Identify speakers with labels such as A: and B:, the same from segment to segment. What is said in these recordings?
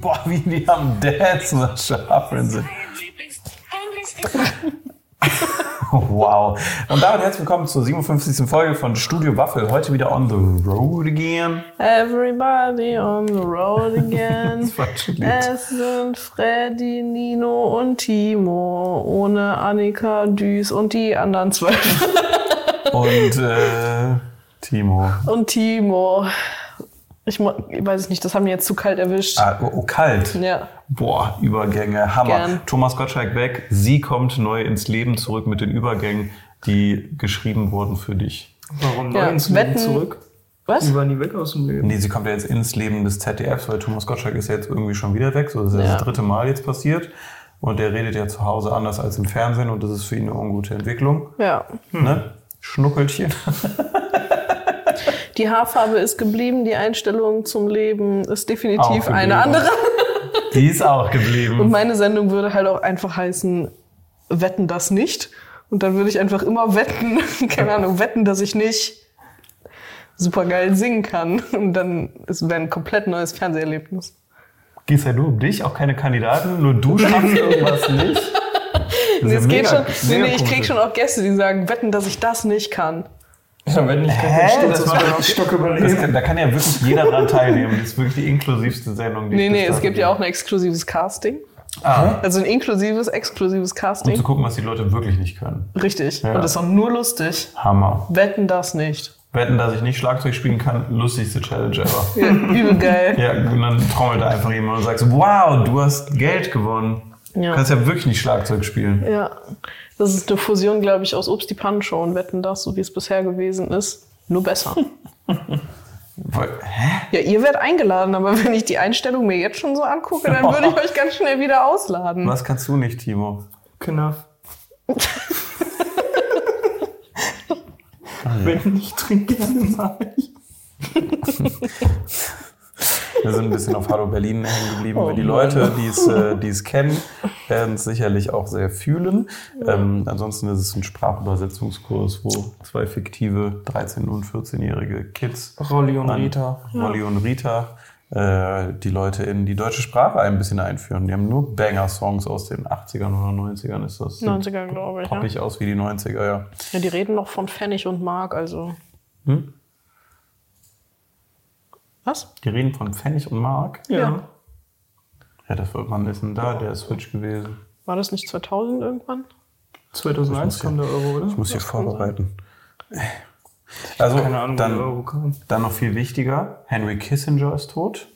A: Boah, wie die am Dancen und Schafeln sind. Wow. Und damit herzlich willkommen zur 57. Folge von Studio Waffel. Heute wieder on the road again.
B: Everybody on the road again.
A: Das falsche Lied.
B: es sind Freddy, Nino und Timo. Ohne Annika, Düs und die anderen zwölf.
A: Und äh, Timo.
B: Und Timo. Ich, mo- ich weiß es nicht, das haben die jetzt zu kalt erwischt.
A: Ah, oh, oh, kalt.
B: Ja.
A: Boah, Übergänge, Hammer.
B: Gern.
A: Thomas Gottschalk weg. Sie kommt neu ins Leben zurück mit den Übergängen, die geschrieben wurden für dich.
C: Warum
B: Ja,
C: neu ins Leben
B: wetten-
C: zurück?
B: Was?
C: Die waren nie weg aus dem Leben.
A: Nee, sie kommt ja jetzt ins Leben des ZDFs, weil Thomas Gottschalk ist ja jetzt irgendwie schon wieder weg. So, das ist ja.
B: Ja.
A: das dritte Mal jetzt passiert. Und der redet ja zu Hause anders als im Fernsehen und das ist für ihn eine ungute Entwicklung.
B: Ja.
A: Ne? Schnuckelchen.
B: Die Haarfarbe ist geblieben, die Einstellung zum Leben ist definitiv
A: Auch geblieben.
B: eine andere.
A: Die ist auch
B: Und
A: geblieben.
B: meine Sendung würde halt auch einfach heißen, wetten das nicht. Und dann würde ich einfach immer wetten, keine Ahnung, wetten, dass ich nicht super geil singen kann. Und dann es wäre ein komplett neues Fernseherlebnis.
A: Geht's ja nur um dich, auch keine Kandidaten, nur du schaffst irgendwas nicht. Das ist
B: Nee,
A: ja
B: es geht
A: mega-
B: schon, nee,
A: mega
B: nee, ich krieg
A: komisch.
B: schon auch Gäste, die sagen, wetten, dass ich das nicht kann.
C: Ja, wenn ich
A: Hä?
C: Stock,
A: Das
C: das
A: war-
C: war auf Stock
A: Das
C: überleben.
A: kann, da kann ja wirklich jeder dran teilnehmen. Das ist wirklich die inklusivste Sendung, die
B: Nee,
A: ich
B: nee,
A: bis
B: es gibt
A: dato
B: ja auch ein exklusives Casting.
A: Ah,
B: Also ein inklusives, exklusives
A: um zu
B: Casting.
A: gucken, was die Leute wirklich nicht können.
B: Richtig.
A: Ja.
B: Und das ist auch nur lustig.
A: Hammer.
B: Wetten das nicht.
A: Wetten, dass ich nicht Schlagzeug spielen kann, lustigste Challenge ever.
B: Ja, übel geil.
A: Ja, und dann trommelt da einfach jemand und sagt so, wow, du hast Geld gewonnen.
B: Ja.
A: Du kannst ja wirklich nicht Schlagzeug spielen.
B: Ja, das ist eine Fusion, glaube ich, aus Obst die Pannenshow und Wetten das, so wie es bisher gewesen ist. Nur besser.
A: Weil- Hä?
B: Ja, ihr werdet eingeladen, aber wenn ich die Einstellung mir jetzt schon so angucke, dann würde ich euch ganz schnell wieder ausladen.
A: Was kannst du nicht, Timo?
C: Genau. Wenn ich trinke, dann mal.
A: Wir sind ein bisschen auf Hallo Berlin hängen geblieben, weil die Leute, die es, äh, die es kennen, werden es sicherlich auch sehr fühlen. Ähm, ansonsten ist es ein Sprachübersetzungskurs, wo zwei fiktive 13- und 14-jährige Kids,
C: Rolli und
A: an-
C: Rita.
A: Rolli und Rita, äh, die Leute in die deutsche Sprache ein bisschen einführen. Die haben nur Banger-Songs aus den 80ern oder 90ern, ist das? Sieht
B: 90er, glaube ich. Ja.
A: Poppig aus wie die 90er, ja.
B: ja, die reden noch von Pfennig und Mark, also.
A: Hm?
B: Was?
A: Die reden von Pfennig und Mark.
C: Ja.
B: Ja.
A: Ja, das wird man wissen. Da, der ist Switch gewesen.
B: War das nicht 2000 irgendwann?
C: 2001
A: Ich muss
C: kam der Euro, oder?
A: Ich muss hier vorbereiten. Also,
C: Keine Ahnung, wann der
A: dann,
C: Euro kam.
A: dann noch viel wichtiger: Henry Kissinger ist tot.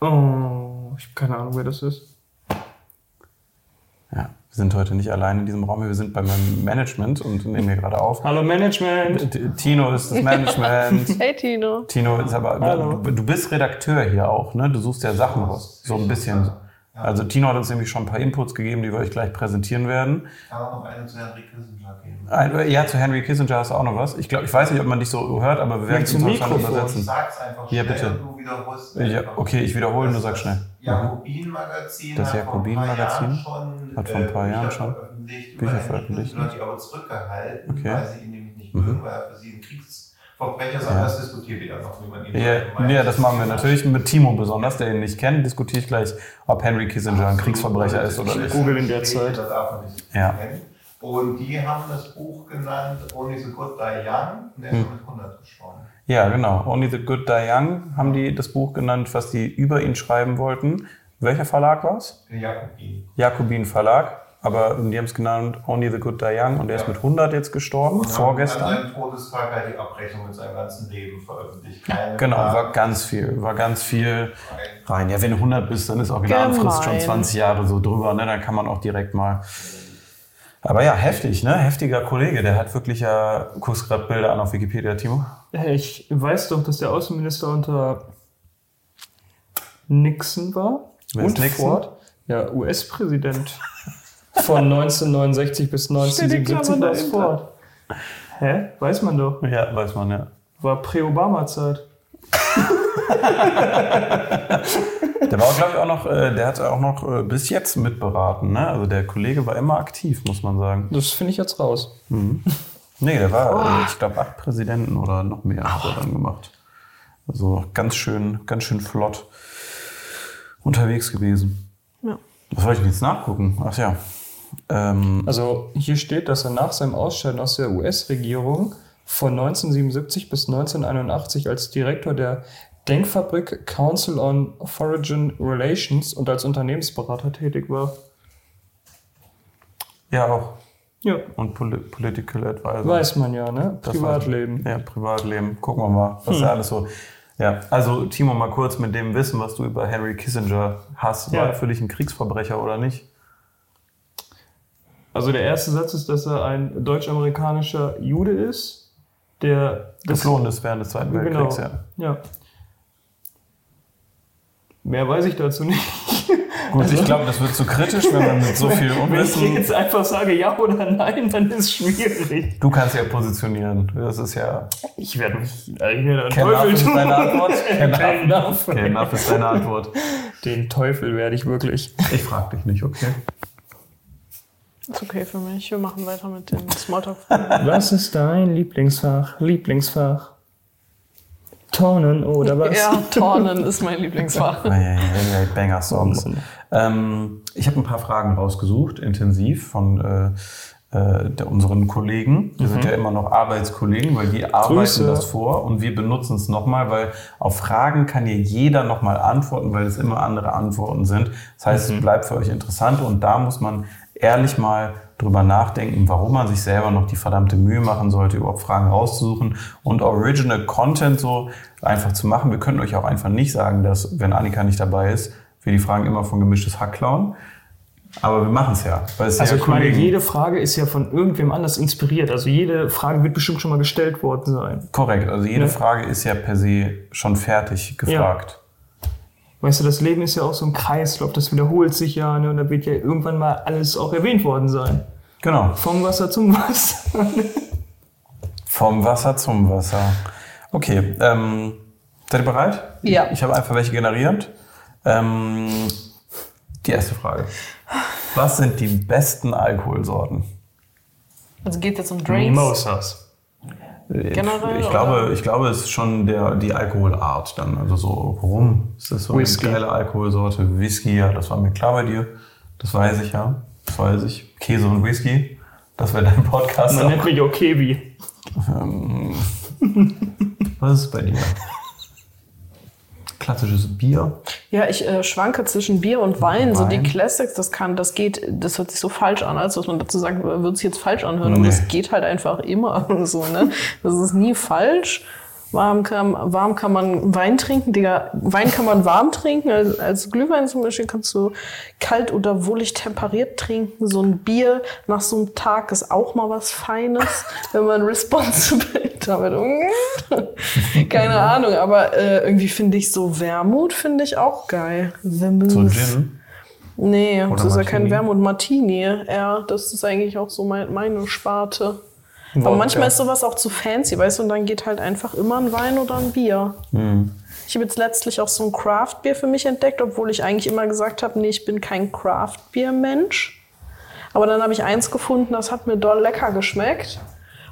C: Oh, ich habe keine Ahnung, wer das ist.
A: Ja, wir sind heute nicht allein in diesem Raum, wir sind bei meinem Management und nehmen hier gerade auf.
C: Hallo Management.
A: T- Tino ist das Management.
B: Hey, Tino.
A: Tino ist aber,
C: Hallo.
A: du, du bist Redakteur hier auch, ne? Du suchst ja Sachen raus. So ein bisschen. Also, Tino hat uns nämlich schon ein paar Inputs gegeben, die wir euch gleich präsentieren werden.
D: kann auch noch einen zu Henry Kissinger geben.
A: Ein- Ja, zu Henry Kissinger hast du auch noch was. Ich glaube, ich weiß nicht, ob man dich so hört, aber wir werden
C: Willst
A: es
C: du
A: uns schon
C: Mikrofon?
D: Du
A: übersetzen.
D: sagst einfach
A: Ja,
D: schnell
A: bitte.
D: und du wiederholst es
A: Ja,
D: einfach.
A: okay, ich wiederhole und du sagst schnell.
D: Das Jakobin-Magazin
A: Das
D: hat vor ein paar
A: Jakobin-Magazin
D: Jahren schon,
A: hat vor ein
D: äh,
A: paar Jahren
D: Bücher
A: schon
D: veröffentlicht.
A: Bücher
D: über Henry
A: veröffentlicht,
D: Kissinger, die aber zurückgehalten,
A: Okay. Mhm.
D: weil sie ihn nämlich nicht mögen, weil er für sie ein Kriegsverbrecher ist. Aber
A: Ja.
D: das diskutiert ihr dann noch, wie man ihn
A: Ja,
D: allgemein-
A: ja, das machen wir natürlich mit Timo besonders, der ihn nicht kennt. Diskutiere ich gleich, ob Henry Kissinger ein Kriegsverbrecher ist oder nicht.
C: google in der Zeit.
D: Das darf man nicht
A: Ja.
D: kennen. Und die haben das Buch genannt Only the Good Die Young und er
A: Hm.
D: ist mit 100 gestorben.
A: Ja, genau. Only the Good Die Young haben die das Buch genannt, was die über ihn schreiben wollten. Welcher Verlag war es?
D: Jakobin.
A: Jakobin Verlag. Aber die haben es genannt Only the Good Die Young und er ist mit 100 jetzt gestorben,
D: Und haben An
A: vorgestern.
D: seinem Todestag halt die Abrechnung mit seinem ganzen Leben veröffentlicht. Keine
A: Genau, war
D: Fragen,
A: ganz viel, war ganz viel
D: kein-
A: rein. Ja, wenn du 100 bist, dann ist auch Gnadenfrist schon
B: Gemein.
A: 20 Jahre so drüber, ne? Dann kann man auch direkt mal. Aber ja, heftig, ne? Heftiger Kollege, der hat wirklich ja, guckst gerade Bilder an auf Wikipedia, Timo.
C: Hey, ich weiß doch, dass der Außenminister unter Nixon war.
A: Wer ist Nixon?
C: Ja, US-Präsident. Von 1969 bis 1977 war es
B: dahinter.
C: Ford. Hä? Weiß man doch.
A: Ja, weiß man, ja.
C: War Prä-Obama-Zeit.
A: Der war, glaube ich, auch noch, äh, der hat auch noch äh, bis jetzt mitberaten, ne? Also der Kollege war immer aktiv, muss man sagen.
C: Das finde ich jetzt raus.
A: Nee, der
C: Oh.
A: war, äh, ich glaube, acht Präsidenten oder noch mehr hat er dann gemacht. Also ganz schön, ganz schön flott. unterwegs gewesen.
B: Ja.
A: Was soll ich denn jetzt nachgucken? Ach ja. Ähm,
C: Also hier steht, dass er nach seinem Ausscheiden aus der US-Regierung von 1977 bis 1981 als Direktor der Denkfabrik Council on Foreign Relations und als Unternehmensberater tätig war.
A: ja, auch.
C: Ja,
A: Und Poli Political Advisor.
C: weiß man ja, ne?
A: Das
C: Privatleben. Hm.
A: War, ja, Privatleben. Gucken wir mal, was da alles so. Ja, also Timo, mal kurz mit dem Wissen, was du über Henry Kissinger hast. War
C: Ja.
A: er für dich ein Kriegsverbrecher oder nicht?
C: Also der erste Satz ist, dass er ein deutsch-amerikanischer Jude ist, der das- Genau.
A: Geflohen ist während des Zweiten Weltkriegs, ja.
C: ja. Mehr weiß ich dazu nicht. Also,
A: Gut, ich glaube, das wird zu kritisch, wenn man mit so viel
C: Wenn ich dir
A: Unwissen.
C: jetzt einfach sage ja oder nein, dann ist es schwierig.
A: Du kannst ja positionieren. Das ist ja.
C: Ich werde mich äh, ich werde den
A: Ken Nuff
C: Teufel
A: ist
C: tun.
A: deine Antwort. Ken
C: Ken
A: Nuff.
C: Nuff.
A: Ken Nuff ist deine Antwort.
C: Den Teufel werde ich wirklich.
A: Ich frage dich nicht, okay?
B: Ist okay für mich. Wir machen weiter mit dem Smalltalk.
C: Was ist dein Lieblingsfach? Lieblingsfach? Tornen oder was?
B: ja, Tornen ist mein Lieblingsfach.
A: Eieiei, Banger-Songs. Ähm, ich habe ein paar Fragen rausgesucht, intensiv von äh, äh, der, unseren Kollegen. Wir sind ja immer noch Arbeitskollegen, weil die arbeiten
C: Grüße.
A: das vor und wir benutzen es nochmal, weil auf Fragen kann hier jeder nochmal antworten, weil es immer andere Antworten sind. Das heißt,
C: Mhm.
A: es bleibt für euch interessant und da muss man ehrlich mal drüber nachdenken, warum man sich selber noch die verdammte Mühe machen sollte, überhaupt Fragen rauszusuchen und Original Content so einfach zu machen. Wir können euch auch einfach nicht sagen, dass, wenn Annika nicht dabei ist, wir die Fragen immer von gemischtes Hack klauen. Aber wir machen es ja. Weil es
C: Also
A: ja
C: ich meine,
A: Kollegen-
C: jede Frage ist ja von irgendwem anders inspiriert. Also jede Frage wird bestimmt schon mal gestellt worden sein.
A: Korrekt, also jede
C: Ja.
A: Frage ist ja per se schon fertig gefragt.
C: Weißt du, das Leben ist ja auch so ein Kreislauf, das wiederholt sich ja, ne? Und da wird ja irgendwann mal alles auch erwähnt worden sein.
A: Genau.
C: Vom Wasser zum Wasser.
A: Vom Wasser zum Wasser. Okay, ähm, seid ihr bereit?
B: Ja.
A: Ich habe einfach welche generiert. Ähm, die erste Frage. Was sind die besten Alkoholsorten?
B: Also geht jetzt um Drinks. Generell,
A: ich, glaube, ich glaube, es ist schon der, die Alkoholart dann. Also so rum. Ist das so
C: Whisky.
A: eine geile Alkoholsorte? Whisky, ja, das war mir klar bei dir. Das weiß ich, ja. Das weiß ich. Käse und Whisky. Das wäre dein Podcast.
C: Man nennt mich auch Kevi.
A: Ähm, was ist bei dir? Klassisches Bier.
B: Ja, ich äh, schwanke zwischen Bier und Wein. So die
A: Wein.
B: Classics, das kann, das geht, das hört sich so falsch an, als was man dazu sagen würde, würde sich jetzt falsch anhören. Und
A: Nee.
B: das geht halt einfach immer so, ne? Das ist nie falsch. Warm kann, warm kann man Wein trinken, Digga. Wein kann man warm trinken. Als, als Glühwein zum Beispiel kannst du kalt oder wohlig temperiert trinken. So ein Bier nach so einem Tag ist auch mal was Feines, wenn man responsible damit um. umgeht. Keine Ahnung, aber äh, irgendwie finde ich so Wermut finde ich auch geil. Vermouth.
A: So Gin.
B: Nee, das ist ja
A: Martini.
B: kein Wermut. Martini, ja, das ist eigentlich auch so mein, meine Sparte. Aber
C: Wodka.
B: manchmal ist sowas auch zu fancy, weißt du, und dann geht halt einfach immer ein Wein oder ein Bier. Ich habe jetzt letztlich auch so ein Craft-Bier für mich entdeckt, obwohl ich eigentlich immer gesagt habe, nee, ich bin kein Craft-Bier-Mensch. Aber dann habe ich eins gefunden, das hat mir doll lecker geschmeckt.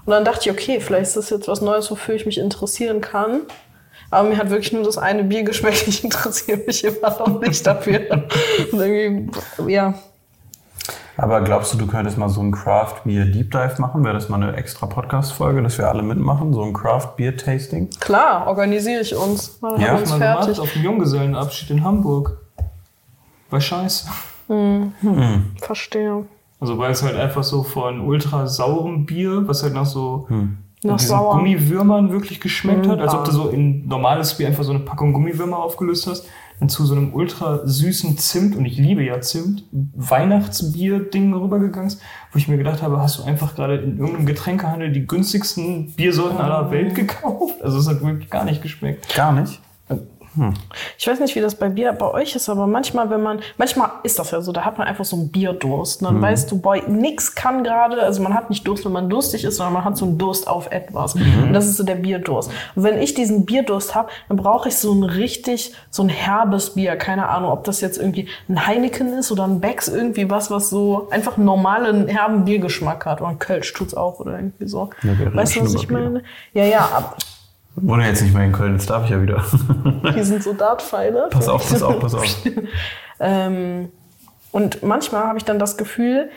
B: Und dann dachte ich, okay, vielleicht ist das jetzt was Neues, wofür ich mich interessieren kann. Aber mir hat wirklich nur das eine Bier geschmeckt. Ich interessiere mich immer noch nicht dafür. Und irgendwie, ja,
A: Aber glaubst du, du könntest mal so ein Craft Beer Deep Dive machen? Wäre das mal eine extra Podcast-Folge, dass wir alle mitmachen? So ein Craft Beer Tasting?
B: klar, organisiere ich uns. Mal
A: Ja,
B: haben wir uns
C: Mal gemacht
B: fertig.
C: auf dem Junggesellenabschied in Hamburg. War scheiße.
B: Verstehe.
C: Also weil es halt einfach so von ultra saurem Bier, was halt nach so
B: Nach
C: diesen
B: Sauer.
C: Gummiwürmern wirklich geschmeckt hat, als
B: Ah.
C: ob du so in normales Bier einfach so eine Packung Gummiwürmer aufgelöst hast, dann zu so einem ultra süßen Zimt, und ich liebe ja Zimt, Weihnachtsbier-Ding rübergegangen ist, wo ich mir gedacht habe, hast du einfach gerade in irgendeinem Getränkehandel die günstigsten Biersorten aller Welt gekauft? Also es hat wirklich gar nicht geschmeckt.
A: Gar nicht.
B: Ich weiß nicht, wie das bei Bier bei euch ist, aber manchmal, wenn man, manchmal ist das ja so, da hat man einfach so einen Bierdurst.
A: Mhm.
B: Und dann weißt du, boy, nix kann gerade, also man hat nicht Durst, wenn man durstig ist, sondern man hat so einen Durst auf etwas.
A: Mhm.
B: Und das ist so der Bierdurst. Und wenn ich diesen Bierdurst habe, dann brauche ich so ein richtig, so ein herbes Bier. Keine Ahnung, ob das jetzt irgendwie ein Heineken ist oder ein Becks, irgendwie was, was so einfach einen normalen, herben Biergeschmack hat. Oder ein Kölsch tut's auch oder irgendwie so.
A: Ja, wir reden
B: weißt du, was
A: schon
B: ich
A: über Bier.
B: meine? Ja, ja, ab,
A: Wohne jetzt nicht mehr in Köln, jetzt darf ich ja wieder.
B: Die sind so Dartpfeile.
A: pass auf, pass auf, pass auf.
B: Ähm, und manchmal habe ich dann das Gefühl,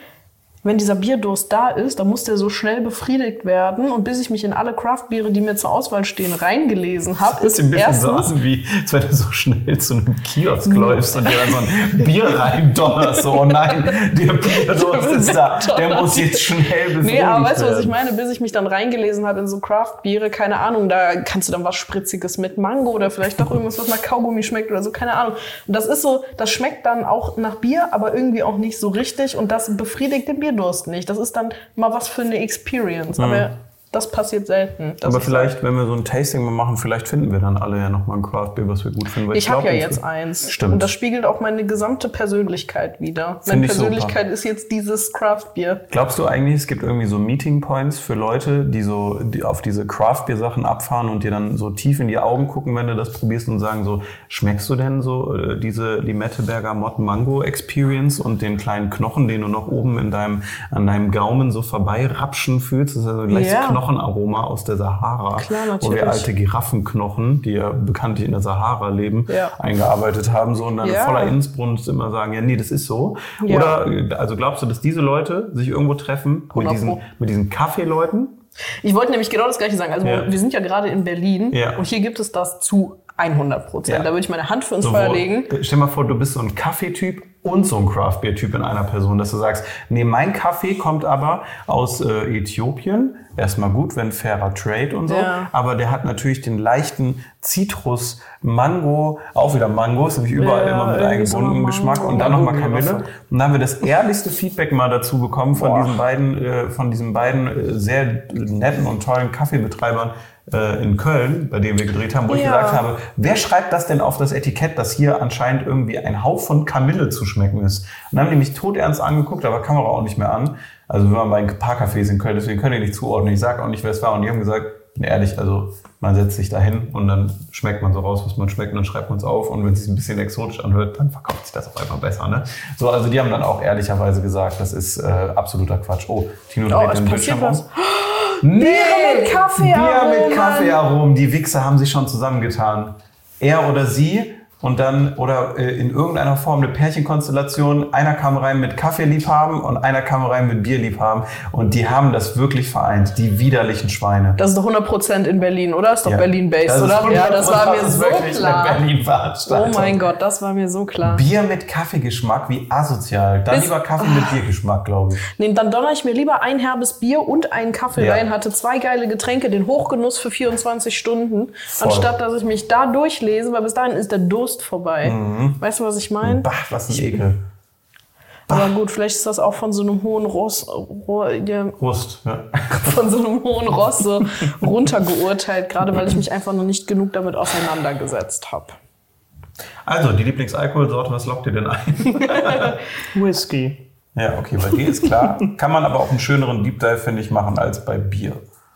B: wenn dieser Bierdurst da ist, dann muss der so schnell befriedigt werden. Und bis ich mich in alle Craftbiere, die mir zur Auswahl stehen, reingelesen habe,
A: Das
B: ist
A: ist ein bisschen so
B: erstens
A: an, wie als wenn du so schnell zu einem Kiosk läufst und dir dann so ein Bier reindonnerst. So, oh nein, der Bierdurst ist da. Der muss jetzt schnell befriedigt
B: Nee, aber weißt du, was ich
A: werden.
B: meine? Bis ich mich dann reingelesen habe in so Craft-Biere, keine Ahnung, da kannst du dann was Spritziges mit Mango oder vielleicht doch irgendwas, was nach Kaugummi schmeckt oder so, keine Ahnung. Und das ist so, das schmeckt dann auch nach Bier, aber irgendwie auch nicht so richtig und das befriedigt den Bierdurst nicht. Das ist dann mal was für eine Experience, aber das passiert selten. Das
A: Aber
B: ist-
A: vielleicht, wenn wir so ein Tasting mal machen, vielleicht finden wir dann alle ja nochmal ein Craft Beer, was wir gut finden. weil
B: Ich habe
A: glaub,
B: ja
A: uns-
B: jetzt eins.
A: Stimmt.
B: Und das spiegelt auch meine gesamte Persönlichkeit wieder.
A: Find
B: Meine
A: ich super.
B: Persönlichkeit ist jetzt dieses Craft-Bier.
A: Glaubst du eigentlich, es gibt irgendwie so Meeting Points für Leute, die so die auf diese Craft Beer Sachen abfahren und dir dann so tief in die Augen gucken, wenn du das probierst und sagen so, schmeckst du denn so äh, diese Limetteberger Motten Mango Experience und den kleinen Knochen, den du noch oben in deinem an deinem Gaumen so vorbeirapschen fühlst, das ist also gleich
B: Ja.
A: das Knochenaroma aus der Sahara,
B: Klar,
A: wo
B: natürlich.
A: wir alte Giraffenknochen, die ja bekanntlich in der Sahara leben,
B: Ja.
A: eingearbeitet haben so und dann
B: Ja.
A: voller Inbrunst immer sagen, ja nee, das ist so
B: Ja.
A: oder also glaubst du, dass diese Leute sich irgendwo treffen mit
B: 100
A: diesen,
B: Pro.
A: mit diesen Kaffeeleuten?
B: Ich wollte nämlich genau das Gleiche sagen. Also
A: Ja.
B: wir sind ja gerade in Berlin
A: Ja.
B: und hier gibt es das zu 100 Prozent.
A: Ja.
B: Da würde ich meine Hand für ins
A: So,
B: Feuer
A: wo- äh,
B: legen.
A: Stell mal vor, du bist so ein Kaffeetyp und so ein Craftbeer-Typ in einer Person, dass du sagst, nee, mein Kaffee kommt aber aus äh, Äthiopien. Erstmal gut, wenn fairer Trade und so.
B: Ja.
A: Aber der hat natürlich den leichten Zitrus, Mango, auch wieder Mango, das habe ich überall
B: Ja,
A: immer mit
B: irgendwie so
A: eingebunden,
B: Mango.
A: Geschmack und dann nochmal Kamille. Und dann haben wir das ehrlichste Feedback mal dazu bekommen von diesen beiden, äh, von diesen beiden äh, sehr netten und tollen Kaffeebetreibern äh, in Köln, bei denen wir gedreht haben, wo ich
B: Ja.
A: gesagt habe, wer schreibt das denn auf das Etikett, dass hier anscheinend irgendwie ein Hauch von Kamille zu schmecken ist? Und dann haben die mich todernst angeguckt, aber Kamera auch nicht mehr an. Also wir waren bei ein paar Cafés in Köln, deswegen können die nicht zuordnen. Ich sage auch nicht, wer es war. Und die haben gesagt, bin ehrlich, also man setzt sich dahin und dann schmeckt man so raus, was man schmeckt, und dann schreibt man es auf. Und wenn es sich ein bisschen exotisch anhört, dann verkauft sich das auch einfach besser. Ne? So, also die haben dann auch ehrlicherweise gesagt, das ist äh, absoluter Quatsch. Oh, Tino dreht
B: Oh,
A: den
B: es passiert
A: Bildschirm um.
B: was.
A: Nee,
B: mit Kaffeearomen.
A: Bier mit Kaffeearomen. Die Wichser haben sich schon zusammengetan. Er oder sie und dann oder äh, in irgendeiner Form eine Pärchenkonstellation. Einer kam rein mit Kaffeeliebhaben und einer kam rein mit Bierliebhaben und die haben das wirklich vereint. Die widerlichen Schweine.
B: Das ist doch 100 Prozent in Berlin, oder? Ist doch
A: Ja.
B: Berlin-based,
A: Das ist
B: oder? Ja, das war mir so
A: wirklich Eine
B: klar.
A: Berlin
B: Oh mein Gott, das war mir so klar.
A: Bier mit Kaffeegeschmack, wie asozial. Dann
B: Bis- Ah.
A: lieber Kaffee mit Biergeschmack, glaube ich.
B: Nee, dann donner ich mir lieber ein herbes Bier und einen Kaffee
A: Ja.
B: rein, hatte zwei geile Getränke, den Hochgenuss für 24 Stunden, anstatt dass ich mich da durchlese, weil bis dahin ist der Durst vorbei. Weißt du, was ich meine?
A: Mhm. Bah, was ein Ekel.
B: Aber gut, vielleicht ist das auch von so einem hohen Ross, Ro, ja,
A: Brust. Ja.
B: von so einem hohen Ross so runtergeurteilt, gerade weil ich mich einfach noch nicht genug damit auseinandergesetzt habe.
A: Also, die Lieblingsalkoholsorte, was lockt ihr denn ein?
C: Whisky.
A: Ja, okay, bei dir ist klar. Kann man aber auch einen schöneren Deep Dive, finde ich, machen als bei Bier.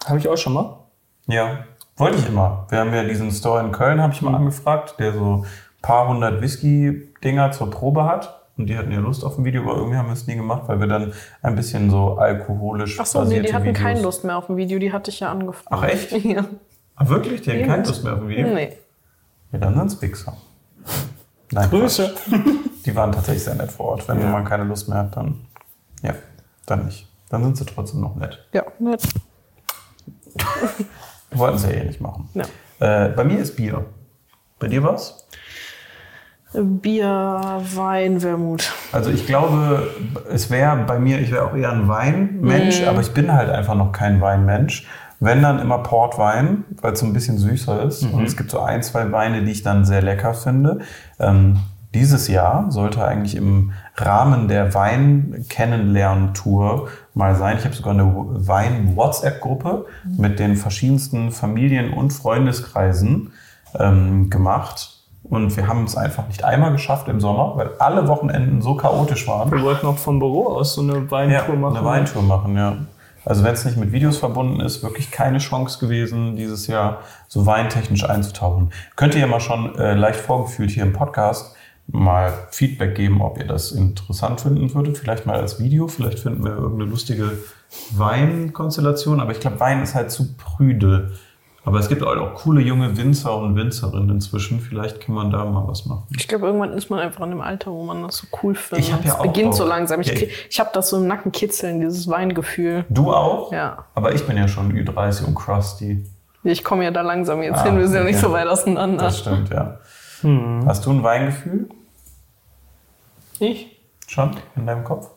C: Habe ich auch schon mal.
A: Ja, wollte ich immer. Wir haben ja diesen Store in Köln, habe ich
B: Mhm.
A: mal angefragt, der so ein paar hundert Whisky-Dinger zur Probe hat. Und die hatten ja Lust auf ein Video, aber irgendwie haben wir es nie gemacht, weil wir dann ein bisschen so alkoholisch
B: Ach so, nee, die
A: basierte
B: hatten
A: Videos.
B: keine Lust mehr auf ein Video, die hatte ich ja angefangen.
A: Ach echt?
B: Ja.
A: Ah, wirklich? Die hatten keine Lust mehr auf ein Video?
B: Nee.
A: Ja, dann sind's Wichser. Nein,
C: Grüße.
A: Quatsch. die waren tatsächlich sehr nett vor Ort. Wenn man keine Lust mehr hat, dann ja, dann nicht. Dann sind sie trotzdem noch nett.
B: Ja, nett.
A: Wir wollten es ja eh nicht machen.
B: Ja.
A: Äh, bei mir ist Bier. Bei dir was?
B: Bier, Wein, Wermut.
A: Also ich glaube, es wäre bei mir, ich wäre auch eher ein Weinmensch, aber ich bin halt einfach noch kein Weinmensch. Wenn dann immer Portwein, weil es so ein bisschen süßer ist. Und es gibt so ein, zwei Weine, die ich dann sehr lecker finde. Ähm, dieses Jahr sollte eigentlich im Rahmen der Wein-Kennenlern-Tour mal sein. Ich habe sogar eine Wein-WhatsApp-Gruppe mit den verschiedensten Familien- und Freundeskreisen ähm, gemacht. Und wir haben es einfach nicht einmal geschafft im Sommer, weil alle Wochenenden so chaotisch waren.
C: Wir wollten auch vom Büro aus so eine Weintour machen.
A: Eine Weintour machen, ja. Also wenn es nicht mit Videos verbunden ist, wirklich keine Chance gewesen, dieses Jahr so weintechnisch einzutauchen. Könnt ihr ja mal schon äh, leicht vorgefühlt hier im Podcast mal Feedback geben, ob ihr das interessant finden würdet. Vielleicht mal als Video, vielleicht finden wir irgendeine lustige Weinkonstellation. Aber ich glaube, Wein ist halt zu prüde. Aber es gibt halt auch coole junge Winzer und Winzerinnen inzwischen. Vielleicht kann man da mal was machen.
B: Ich glaube, irgendwann ist man einfach in dem Alter, wo man das so cool findet.
A: Ich hab ja
B: es
A: auch
B: beginnt
A: Bock.
B: so langsam. Ich,
A: Ja,
B: krieg- ich habe das so im Nacken kitzeln, dieses Weingefühl.
A: Du auch?
B: Ja.
A: Aber ich bin ja schon Ü30 und crusty.
B: Ich komme ja da langsam jetzt
A: Ah,
B: hin, wir sind ja
A: okay.
B: nicht so weit auseinander.
A: Das stimmt, ja. Hast du ein Weingefühl
C: Ich?
A: schon in deinem Kopf?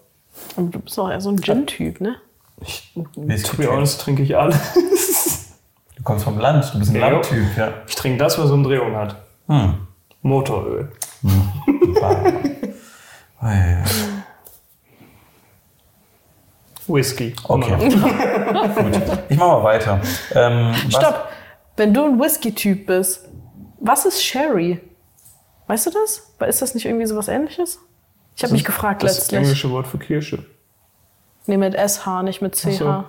B: Aber du bist auch eher so
A: Äh,
B: ein Gin-Typ, ne?
C: ich
A: Whisky
C: to be
A: trinken.
C: honest trinke ich alles.
A: Du kommst vom Land, du bist ein
C: Ja.
A: Landtyp, ja.
C: ich trinke das, was Umdrehung hat.
A: Hm.
C: Motoröl.
A: Ah, ja, ja.
C: Whisky.
A: Okay. Gut. Ich mache mal weiter. Ähm, was-
B: Stopp! Wenn du ein Whisky-Typ bist, was ist Sherry? Weißt du das? Weil Ist das nicht irgendwie sowas ähnliches? Ich habe mich gefragt
C: Das ist das
B: letztlich.
C: englische Wort für Kirsche.
B: Nee, mit SH, nicht mit CH.
C: so.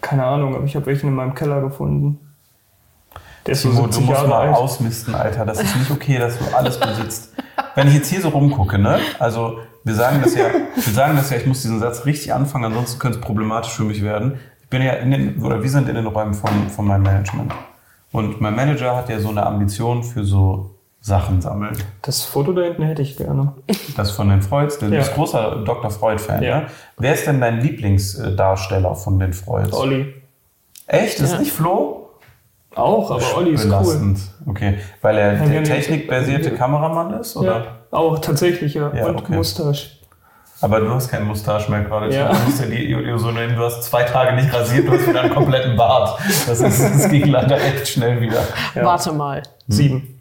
C: Keine Ahnung, aber ich habe welchen in meinem Keller gefunden. Der ist so
A: Timo, du
C: 70
A: musst
C: Jahre
A: mal
C: alt.
A: ausmisten, Alter. Das ist nicht okay, dass du alles besitzt. Wenn ich jetzt hier so rumgucke, ne? Also wir sagen das ja, wir sagen das ja, ich muss diesen Satz richtig anfangen, ansonsten könnte es problematisch für mich werden. Ich bin ja in den, oder wir sind in den Räumen von, von meinem Management. Und mein Manager hat ja so eine Ambition für so Sachen sammeln.
C: Das Foto da hinten hätte ich gerne.
A: Das von den Freuds, du
C: Ja.
A: bist großer Dr. Freud-Fan,
C: Ja.
A: ne? Wer ist denn dein Lieblingsdarsteller von den Freuds?
C: Olli.
A: Echt? Ist nicht Flo?
C: Auch, aber Olli ist cool.
A: belastend. Okay, weil er
C: wir
A: der
C: haben ja-
A: technikbasierte Kameramann ist, oder?
C: Ja, auch tatsächlich, ja.
A: Ja,
C: Und
A: okay. Hm.
C: Mustache.
A: Aber du hast keinen Mustache mehr gerade.
C: Ja.
A: Du musst ja die Iodeo so nehmen. Du hast zwei Tage nicht rasiert, du hast wieder einen kompletten Bart. Das, ist, das ging leider echt schnell wieder.
C: Ja.
B: Warte mal.
C: Sieben.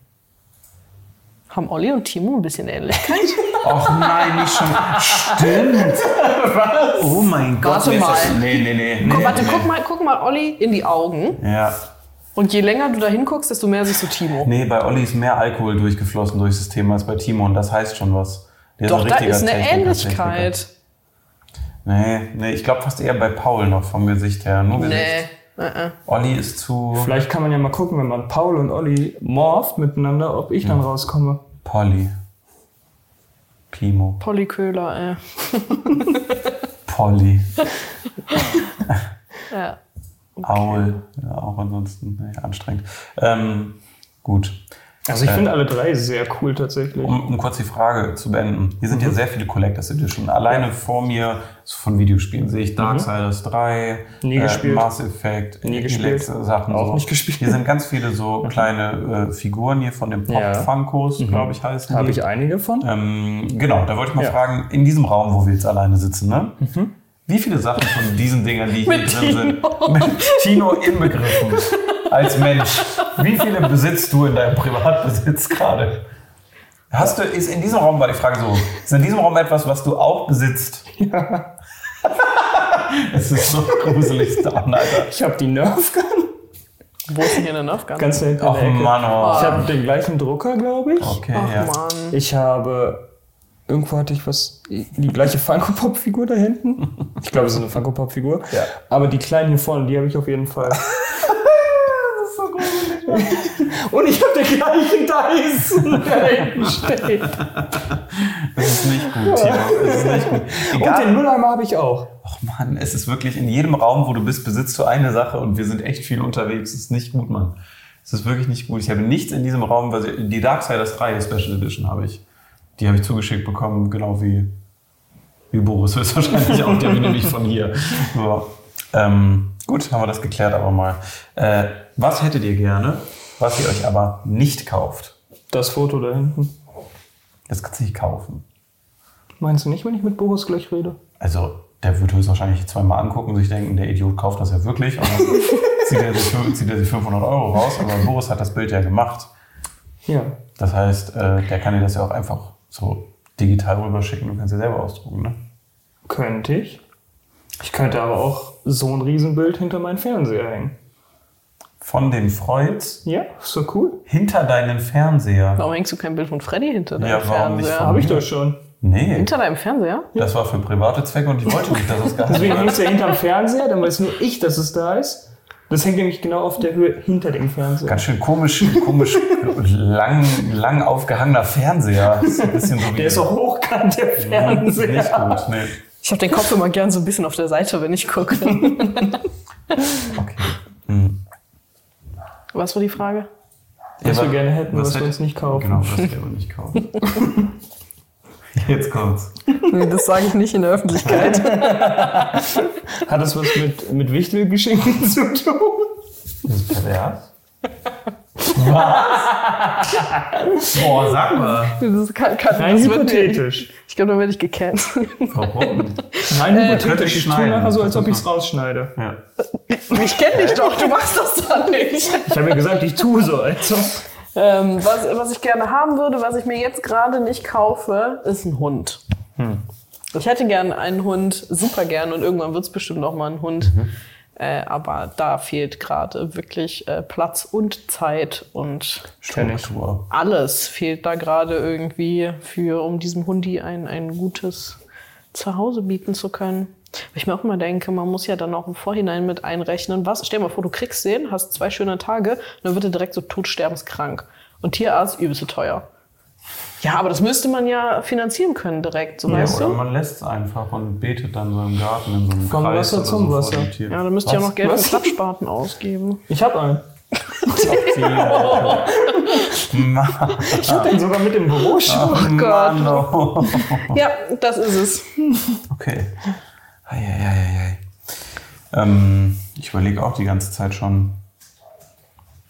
B: Haben Olli und Timo ein bisschen ähnlich?
A: Och nein, nicht schon. Stimmt. Was? Oh mein Gott.
B: Warte
A: nee, ist Das,
B: mal.
A: nee, nee, nee. nee
B: Warte,
A: nee.
B: guck mal, guck mal Olli in die Augen.
A: Ja.
B: Und je länger du da hinguckst, desto mehr siehst du Timo.
A: Nee, bei Olli ist mehr Alkohol durchgeflossen durchs System als bei Timo. Und das heißt schon was. Der
B: Doch,
A: ein
B: da
A: richtiger
B: ist eine
A: Techniker,
B: Ähnlichkeit.
A: Techniker. Nee, nee, ich glaube fast eher bei Paul noch vom Gesicht her. Nur Gesicht.
B: Nee. Äh, äh.
A: Olli ist zu
C: Vielleicht kann man ja mal gucken, wenn man Paul und Olli morpht miteinander, ob ich dann
A: Hm.
C: rauskomme.
A: Polly. Pimo.
B: Polly Köhler, äh.
A: Polly.
B: Ja.
A: Aul. Ja, auch ansonsten nee, anstrengend. Ähm, gut.
C: Also ich
A: Äh.
C: finde alle drei sehr cool tatsächlich.
A: Um, um kurz die Frage zu beenden. Hier sind
C: Mhm.
A: ja sehr viele Collectors Edition. Alleine vor mir so von Videospielen sehe ich Darksiders 3,
C: Mhm. Nie gespielt.
A: äh, Mass Effect,
C: Nie
A: die
C: gespielt.
A: letzten Sachen.
C: Auch
A: so.
C: nicht gespielt. Mhm.
A: Hier sind ganz viele so kleine äh, Figuren hier von den
C: Ja.
A: Pop-Funkos, glaube ich, heißen
C: Habe
A: die.
C: ich einige von?
A: Ähm, genau, da wollte ich mal
C: Ja.
A: fragen, in diesem Raum, wo wir jetzt alleine sitzen, ne? Wie viele Sachen von diesen Dingern, die hier drin
B: Mit
A: sind, mit Tino inbegriffen, als Mensch, wie viele besitzt du in deinem Privatbesitz gerade? Hast du, ist in diesem Raum, war die Frage so, ist in diesem Raum etwas, was du auch besitzt? Ja. es ist so gruselig da, Alter.
C: Ich habe die Nerf Gun
B: Wo ist denn hier eine Nerfgun?
C: ganz hinten in
A: Och,
C: der Ecke.
A: Mann,
C: Ich
A: oh.
C: habe den gleichen Drucker, glaube ich.
A: Okay,
B: Ach
A: ja.
B: Mann.
C: Ich habe. Irgendwo hatte ich was. Die gleiche Funko Pop-Figur da hinten. Ich glaube, es ist eine Funko Pop-Figur.
A: Ja.
C: Aber die kleinen hier vorne, die habe ich auf jeden Fall. das ist so gruselig. Und ich habe den gleichen Dyson, der hinten steht.
A: Es ist nicht gut, Tino. Es ist nicht gut.
C: Und
A: Egal.
C: den Mülleimer habe ich auch.
A: Och Mann, es ist wirklich in jedem Raum, wo du bist, besitzt du eine Sache und wir sind echt viel unterwegs. Es ist nicht gut, Mann. Es ist wirklich nicht gut. Ich habe nichts in diesem Raum, weil die Darksiders 3 Special Edition habe ich. Die habe ich zugeschickt bekommen, genau wie, wie Boris höchstwahrscheinlich auch. Der nämlich von hier. So. Ähm, gut, haben wir das geklärt aber mal. Äh, was hättet ihr gerne, was ihr euch aber nicht kauft?
C: Das Foto da hinten.
A: Das kannst du nicht kaufen.
C: Meinst du nicht, wenn ich mit Boris gleich rede?
A: Also, der wird höchstwahrscheinlich zweimal angucken und sich denken, der Idiot kauft das ja wirklich. Und dann zieht, er sich, fün- zieht er sich 500 Euro raus. Aber Boris hat das Bild ja gemacht.
C: Ja.
A: Das heißt, äh, der kann dir das ja auch einfach so digital rüberschicken. Du kannst ja selber ausdrucken, ne?
C: Könnte ich. Ich könnte aber auch so ein Riesenbild hinter meinen Fernseher hängen.
A: Von den Freuds
C: Ja, ist doch cool.
A: hinter deinen Fernseher.
B: Warum hängst du kein Bild von Freddy hinter deinem
A: Ja, warum nicht
B: Fernseher?
A: von-
C: Habe ich doch schon.
A: Nee,
B: hinter deinem Fernseher?
A: das war für private Zwecke und ich wollte nicht, dass das geheim
C: Deswegen
A: wird.
C: hängt es Also, ja hinterm Fernseher, dann weiß nur ich, dass es da ist. Das hängt nämlich genau auf der Höhe hinter dem Fernseher.
A: Ganz schön komisch, komisch, lang, lang aufgehangener Fernseher. Ist ein bisschen so wie
C: Der ist auch hochkant, der Fernseher.
A: nicht gut, nee.
B: Ich habe den Kopf immer gern so ein bisschen auf der Seite, wenn ich gucke.
A: Okay. Hm.
B: Was war die Frage?
C: was wir
A: wa-
C: gerne hätten, was,
A: was
C: wir
A: hätt-
C: uns nicht kaufen.
A: Genau, was wir aber nicht kaufen. Jetzt kommt's.
E: Nee, das sage ich nicht in der Öffentlichkeit.
C: Hat das was mit, mit Wichtelgeschenken zu tun?
A: Das ist pervers. Was? Boah, sag
C: Äh,
A: mal.
B: Das kann, kann,
C: Rein
B: das wird
C: hypothetisch.
B: Ich glaube, da werde ich gecancelt.
A: Warum?
C: Rein
A: könnte
C: hypothetisch.
A: ich
C: Ich tue
A: schneiden.
C: nachher so, als ob ich es
A: Ja.
C: rausschneide.
A: Ja.
B: Ich kenne dich doch, du machst das dann nicht.
C: Ich habe ja gesagt, ich tue so, als ob.
B: Ähm, was, was ich gerne haben würde, was ich mir jetzt gerade nicht kaufe, ist ein Hund. Ich hätte gern einen Hund, super gern und irgendwann wird es bestimmt auch mal ein Hund. Äh, aber da fehlt gerade wirklich äh, Platz und Zeit und
A: Struktur.
B: alles fehlt da gerade irgendwie für, um diesem Hundi ein, ein gutes Zuhause bieten zu können. Weil ich mir auch immer denke, man muss ja dann auch im Vorhinein mit einrechnen, was, stell dir mal vor, du kriegst den, hast zwei schöne Tage, und dann wird er direkt so totsterbenskrank. Und Tierarzt übelst teuer. Ja, aber das müsste man ja finanzieren können direkt, so
A: Ja,
B: weißt
A: oder
B: du?
A: man lässt es einfach und betet dann so im Garten in so einem
C: Vom
A: Kreis
C: Wasser
A: oder
C: zum
A: so vor
C: Wasser.
A: dem Tier.
B: Ja, dann müsst ihr ja
C: Was?
B: noch Geld
C: Was?
B: für Platzsparten ausgeben.
C: Ich habe einen.
A: Mann,
C: Ich habe den sogar mit im Büro schon.
A: Mann, oh.
B: Oh Ja, das ist es.
A: Okay. Eieieiei. Ähm, ich überlege auch die ganze Zeit schon.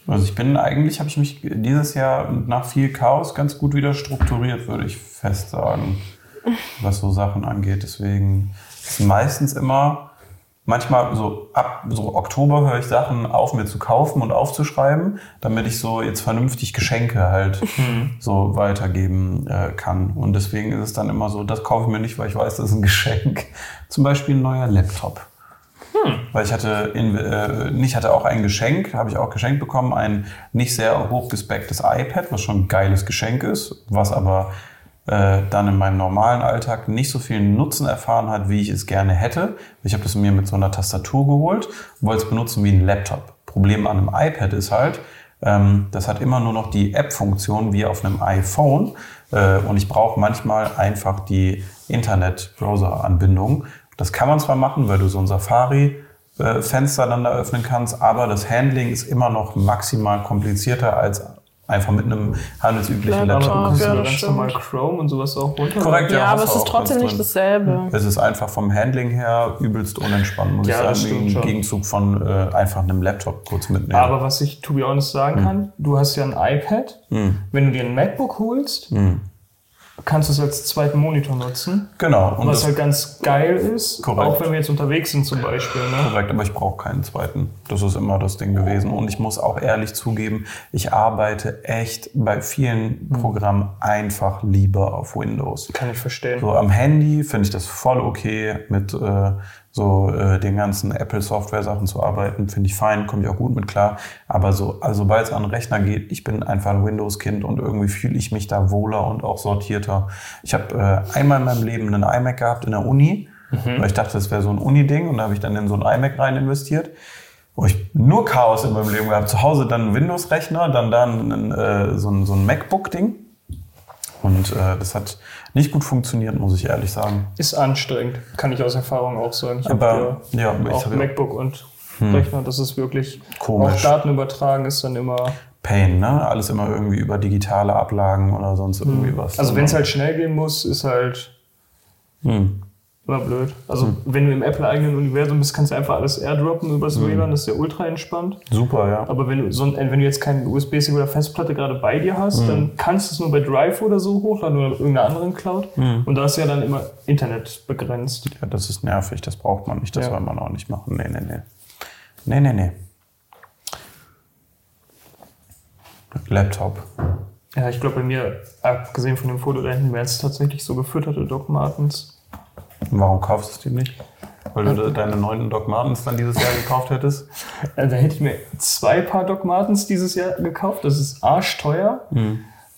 A: Also ich bin eigentlich, habe ich mich dieses Jahr nach viel Chaos ganz gut wieder strukturiert, würde ich fest sagen, was so Sachen angeht. Deswegen ist meistens immer, manchmal so ab so Oktober höre ich Sachen auf, mir zu kaufen und aufzuschreiben, damit ich so jetzt vernünftig Geschenke halt so weitergeben äh, kann. Und deswegen ist es dann immer so, das kaufe ich mir nicht, weil ich weiß, das ist ein Geschenk. Zum Beispiel ein neuer Laptop. Weil ich hatte, in, äh, ich hatte auch ein Geschenk, habe ich auch geschenkt bekommen, ein nicht sehr hochgespecktes iPad, was schon ein geiles Geschenk ist, was aber äh, dann in meinem normalen Alltag nicht so viel Nutzen erfahren hat, wie ich es gerne hätte. Ich habe das mir mit so einer Tastatur geholt und wollte es benutzen wie ein Laptop. Problem an einem iPad ist halt, ähm, das hat immer nur noch die App-Funktion wie auf einem iPhone äh, und ich brauche manchmal einfach die Internet-Browser-Anbindung. Das kann man zwar machen, weil du so ein Safari-Fenster dann da äh, öffnen kannst, aber das Handling ist immer noch maximal komplizierter als einfach mit einem handelsüblichen
B: Laptop,
A: Laptop.
C: Aber du kannst
B: ja,
C: ja,
B: das
C: ganz normal Chrome und sowas auch runter.
A: Korrekt,
B: Ja,
A: hast
B: aber
A: du
B: es ist
A: auch
B: trotzdem
A: ganz
B: nicht
A: drin.
B: dasselbe.
A: Es ist einfach vom Handling her übelst unentspannt, muss
C: Ja, das
A: ich sagen,
C: stimmt
A: im
C: schon.
A: Gegenzug von äh, einfach einem Laptop kurz mitnehmen.
C: Aber was ich to be honest sagen kann, du hast ja ein iPad.
A: Hm.
C: Wenn du dir ein MacBook holst, kannst du es als zweiten Monitor nutzen.
A: genau, und
C: was
A: das
C: halt ganz geil ist,
A: Korrekt.
C: auch wenn wir jetzt unterwegs sind zum Beispiel. Ne?
A: korrekt, aber ich brauche keinen zweiten. Das ist immer das Ding gewesen. Und ich muss auch ehrlich zugeben, ich arbeite echt bei vielen Programmen einfach lieber auf Windows.
C: Kann ich verstehen.
A: So am Handy finde ich das voll okay, mit äh, so äh, den ganzen Apple-Software-Sachen zu arbeiten, finde ich fein, komme ich auch gut mit klar. Aber so, also sobald es an den Rechner geht, ich bin einfach ein Windows-Kind und irgendwie fühle ich mich da wohler und auch sortierter. Ich habe äh, einmal in meinem Leben einen iMac gehabt in der Uni, weil ich dachte, das wäre so ein Uni-Ding und da habe ich dann in so ein iMac rein investiert wo ich nur Chaos in meinem Leben gehabt. Zu Hause dann einen Windows-Rechner, dann da einen, äh, so ein, so ein MacBook-Ding. Und äh, das hat nicht gut funktioniert, muss ich ehrlich sagen.
C: Ist anstrengend, kann ich aus Erfahrung auch sagen. Ich
A: Aber,
C: habe
A: ja,
C: ja,
A: ich
C: auch
A: hab ja- Hm.
C: MacBook und Rechner, das ist wirklich
A: Komisch.
C: Auch Daten übertragen ist dann immer. also
A: Pain, ne? Alles immer irgendwie über digitale Ablagen oder sonst irgendwie was.
C: Also wenn es halt schnell gehen muss, ist halt
A: Hm.
C: immer blöd. Also wenn du im Apple-eigenen Universum bist, kannst du einfach alles airdroppen übers
A: Hm.
C: WLAN, das ist ja ultra entspannt.
A: Super, ja.
C: Aber wenn du, so, ein- wenn du jetzt keinen USB-Stick oder Festplatte gerade bei dir hast, dann kannst du es nur bei Drive oder so hochladen oder irgendeiner anderen Cloud. Und da ist ja dann immer Internet begrenzt.
A: ja. Das ist nervig, das braucht man nicht, das
C: Ja.
A: soll man auch nicht machen. Nee, nee, nee. Nee, nee, nee. Laptop.
C: Ja, ich glaube bei mir, abgesehen von dem Foto da hinten, wären es tatsächlich so gefütterte Doc Martens.
A: Warum kaufst du es dir nicht? Weil du de- deine neuen Doc Martens dann dieses Jahr gekauft hättest?
C: Also da hätte ich mir zwei Paar Doc Martens dieses Jahr gekauft. Das ist arschteuer.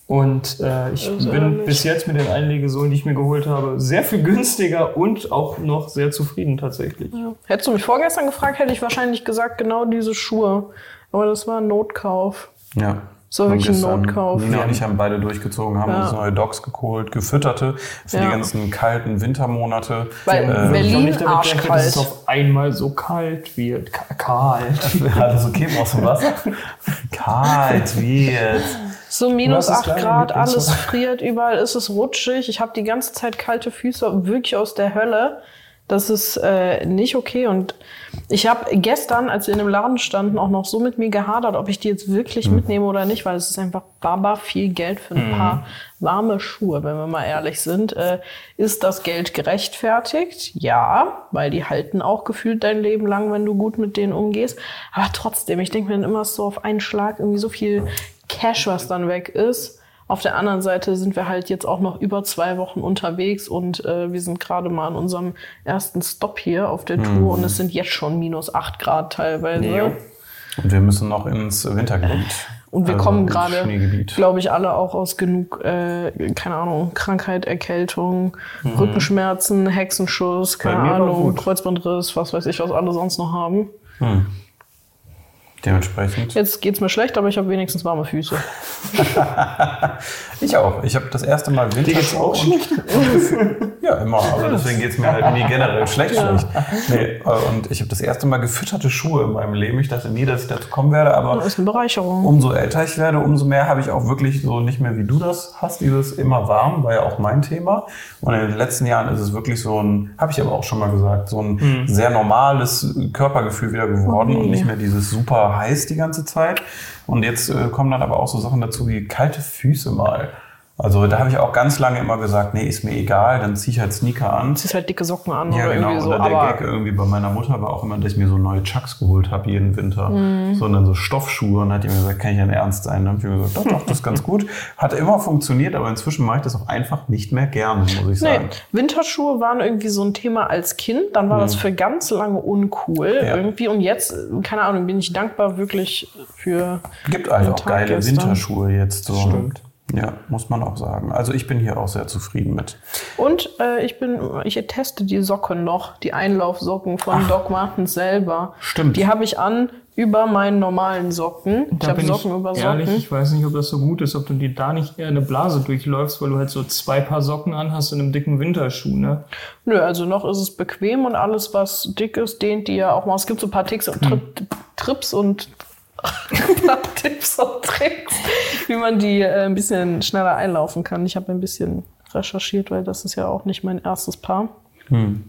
C: Und äh, ich bin bis jetzt mit den Einlegesohlen, die ich mir geholt habe, sehr viel günstiger und auch noch sehr zufrieden tatsächlich.
B: Hättest du mich vorgestern gefragt, hätte ich wahrscheinlich gesagt, genau diese Schuhe. Aber das war ein Notkauf.
A: Ja.
B: So
A: Von
B: wirklich ein
A: gestern.
B: Notkauf.
A: Nina und ich haben beide durchgezogen, haben
B: Ja.
A: uns neue Dogs geholt, gefütterte für die
B: Ja.
A: ganzen kalten Wintermonate.
B: Weil
A: Ähm,
B: Berlin
C: Ich hab Äh, nicht damit
B: arschkalt.
C: gerechnet, dass es auf einmal so kalt wird. Ka kalt.
A: Alles okay, brauchst du was? Kalt wird.
B: So minus
C: Was
B: 8
C: ist deine
B: Grad, alles
C: Lieblingsfarbe?
B: friert, überall ist es rutschig. Ich habe die ganze Zeit kalte Füße, wirklich aus der Hölle. Das ist äh, nicht okay. Und ich habe gestern, als wir in dem Laden standen, auch noch so mit mir gehadert, ob ich die jetzt wirklich mitnehme oder nicht, weil es ist einfach baba viel Geld für ein paar warme Schuhe, wenn wir mal ehrlich sind. Äh, ist das Geld gerechtfertigt? Ja, weil die halten auch gefühlt dein Leben lang, wenn du gut mit denen umgehst. Aber trotzdem, ich denke mir dann immer so auf einen Schlag irgendwie so viel Cash, was dann weg ist. Auf der anderen Seite sind wir halt jetzt auch noch über zwei Wochen unterwegs und äh, wir sind gerade mal in unserem ersten Stop hier auf der
A: Mhm.
B: Tour und es sind jetzt schon minus 8 Grad teilweise.
C: Jo.
A: Und wir müssen noch ins Wintergebiet.
B: Und wir
A: Also
B: kommen
A: ins
B: gerade,
A: Schneegebiet.
B: glaube ich, alle auch aus genug, äh, keine Ahnung, Krankheit, Erkältung, Rückenschmerzen, Hexenschuss,
A: Mhm. Bei mir
B: keine
A: war
B: Ahnung,
A: gut.
B: Kreuzbandriss, was weiß ich, was alle sonst noch haben.
A: Hm. Dementsprechend.
B: Jetzt geht's mir schlecht, aber ich habe wenigstens warme Füße.
A: Ich auch. Ich habe das erste Mal Winter.
C: geht's auch schlecht?
A: Ja, immer. Aber deswegen geht es mir halt nie generell schlecht. schlecht. Nee, äh, und ich habe das erste Mal gefütterte Schuhe in meinem Leben. Ich dachte nie, dass ich dazu kommen werde, aber
B: Das ist eine Bereicherung.
A: umso älter ich werde, umso mehr habe ich auch wirklich so nicht mehr, wie du das hast, dieses immer warm, war ja auch mein Thema. Und in den letzten Jahren ist es wirklich so ein, habe ich aber auch schon mal gesagt, so ein sehr normales Körpergefühl wieder geworden und nicht mehr dieses super heiß die ganze Zeit. Und jetzt äh, kommen dann aber auch so Sachen dazu wie kalte Füße mal. Also da habe ich auch ganz lange immer gesagt, nee, ist mir egal, dann ziehe ich halt Sneaker an.
B: Ziehst halt dicke Socken an
A: Ja,
B: oder
A: genau.
B: irgendwie so.
A: Oder der
B: Aber
A: Gag irgendwie bei meiner Mutter war auch immer, dass ich mir so neue Chucks geholt habe jeden Winter.
B: Mhm.
A: Sondern so Stoffschuhe. Und hat die mir gesagt, kann ich ein Ernst sein? Dann habe ich mir gesagt, doch, doch, das ist ganz gut. Hat immer funktioniert, aber inzwischen mache ich das auch einfach nicht mehr gerne, muss ich
B: Nee,
A: sagen.
B: Winterschuhe waren irgendwie so ein Thema als Kind. Dann war das
C: Hm.
B: für ganz lange uncool
A: Ja.
B: irgendwie. Und jetzt, äh, keine Ahnung, bin ich dankbar wirklich für.
A: Gibt also auch
B: Tag
A: geile
B: gestern.
A: Winterschuhe jetzt. So.
C: Stimmt.
A: Ja, muss man auch sagen. Also ich bin hier auch sehr zufrieden mit.
B: Und äh, ich bin, ich teste die Socken noch, die Einlaufsocken von Doc Martens selber.
A: Stimmt.
B: Die habe ich an über meinen normalen Socken. ich
C: Da
B: habe
C: bin
B: Socken
C: ich
B: über Socken.
C: ehrlich, ich weiß nicht, ob das so gut ist, ob du dir da nicht eher eine Blase durchläufst, weil du halt so zwei Paar Socken anhast in einem dicken Winterschuh, ne?
B: Nö, also noch ist es bequem und alles, was dick ist, dehnt die ja auch mal. Es gibt so ein paar Ticks und Tri Trips und Tipps und Tricks, wie man die äh, ein bisschen schneller einlaufen kann. Ich habe ein bisschen recherchiert, weil das ist ja auch nicht mein erstes Paar. Ähm,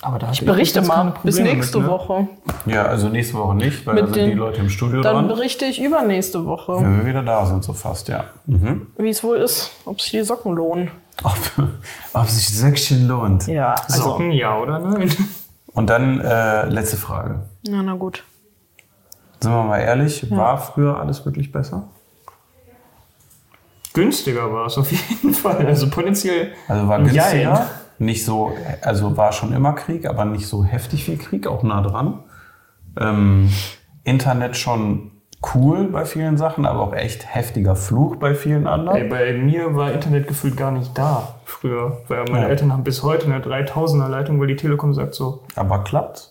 C: Aber da
B: ich berichte mal bis nächste Woche.
A: Ja, also nächste Woche nicht, weil
B: Mit
A: da sind die
B: den-
A: Leute im Studio
B: Dann
A: dran.
B: berichte ich übernächste Woche,
A: Wenn wir wieder da sind, so fast, ja. Mhm.
B: wie es wohl ist, ob sich die Socken lohnen.
A: Ob, ob sich Söckchen lohnt.
B: Ja, also.
C: Socken, ja oder nein?
A: Und dann äh, letzte Frage.
B: Na, na gut.
A: Sind wir mal ehrlich, war früher alles wirklich besser?
C: Günstiger war es auf jeden Fall. Also potenziell.
A: Also war
C: Ja,
A: günstiger,
C: ja.
A: nicht so, also war schon immer Krieg, aber nicht so heftig viel Krieg, auch nah dran. Ähm, Internet schon cool bei vielen Sachen, aber auch echt heftiger Fluch bei vielen
C: Ey,
A: anderen.
C: bei mir war Internet gefühlt gar nicht da früher, weil meine
A: Ja.
C: Eltern haben bis heute eine 3000er Leitung, weil die Telekom sagt so,
A: Aber klappt.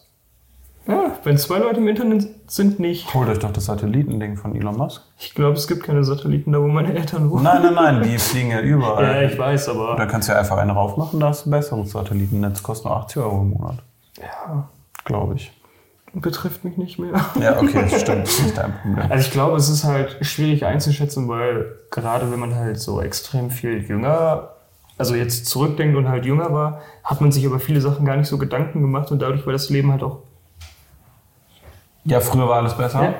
C: ja, wenn zwei Leute im Internet sind, nicht.
A: Holt euch doch das Satellitending von Elon Musk.
C: Ich glaube, es gibt keine Satelliten da, wo meine Eltern wohnen.
A: Nein, nein, nein, die fliegen ja
C: Ja,
A: überall.
C: ich weiß, aber
A: da kannst du ja einfach einen raufmachen, da hast du ein besseres Satellitennetz, kostet nur 80 Euro im Monat. Ja. Glaube ich.
C: betrifft mich nicht mehr.
A: Ja, okay, stimmt, ist nicht dein Problem.
C: Also ich glaube, es ist halt schwierig einzuschätzen, weil gerade wenn man halt so extrem viel jünger, also jetzt zurückdenkt und halt jünger war, hat man sich über viele Sachen gar nicht so Gedanken gemacht und dadurch war das Leben halt auch.
A: Ja, früher war alles besser.
C: Ja.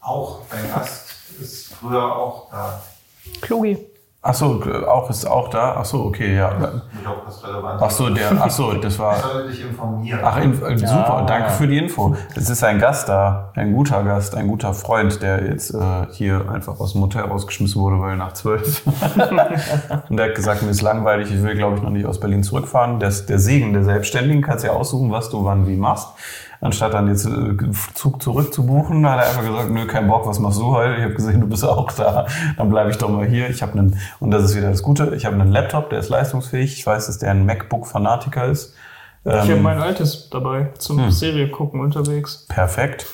D: Auch dein Gast ist früher auch da.
B: Klugi.
A: Achso, äh, auch ist auch da. Achso, okay, ja.
D: Ich glaube, das ist relevant.
A: Achso, der, achso, das
D: Ich
A: war.
D: soll dich informieren.
A: Ach, in, äh, super, danke für die Info. Es ist ein Gast da, ein guter Gast, ein guter Freund, der jetzt äh, hier einfach aus dem Hotel rausgeschmissen wurde, weil nach zwölf. Und der hat gesagt, mir ist langweilig, ich will, glaube ich, noch nicht aus Berlin zurückfahren. Das, der Segen der Selbstständigen kannst ja aussuchen, was du wann wie machst. Anstatt dann jetzt äh, Zug zurück zu buchen, hat er einfach gesagt, nö, kein Bock, was machst du heute? Ich habe gesehen, du bist auch da. Dann bleibe ich doch mal hier. Ich habe einen, und das ist wieder das Gute, ich habe einen Laptop, der ist leistungsfähig. Ich weiß, dass der ein MacBook-Fanatiker ist.
C: Ich habe
A: Ähm, Hm.
C: mein altes dabei zum Serie gucken unterwegs.
A: perfekt.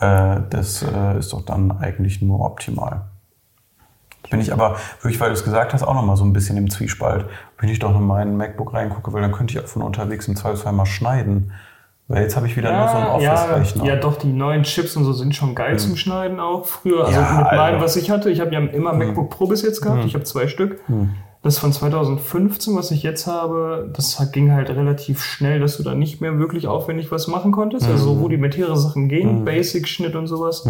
A: Äh, das äh, ist doch dann eigentlich nur optimal. Bin ich aber, wirklich, weil du es gesagt hast, auch nochmal so ein bisschen im Zwiespalt. Wenn ich doch in meinen MacBook reingucke, weil dann könnte ich auch von unterwegs im Zweifelsfall mal schneiden. Weil jetzt habe ich wieder nur so einen Office-Rechner.
C: Ah, ja, ja, doch, die neuen Chips und so sind schon geil zum Schneiden auch. Früher, also
A: Hm. Ja,
C: mit meinem,
A: Alter. Hm.
C: was ich hatte, ich habe ja immer MacBook Pro bis jetzt gehabt, ich habe zwei Stück. Das von 2015, was ich jetzt habe, das hat- ging halt relativ schnell, dass du da nicht mehr wirklich aufwendig was machen konntest. Also
A: Hm.
C: so rudimentäre Sachen gehen, Basic-Schnitt und sowas.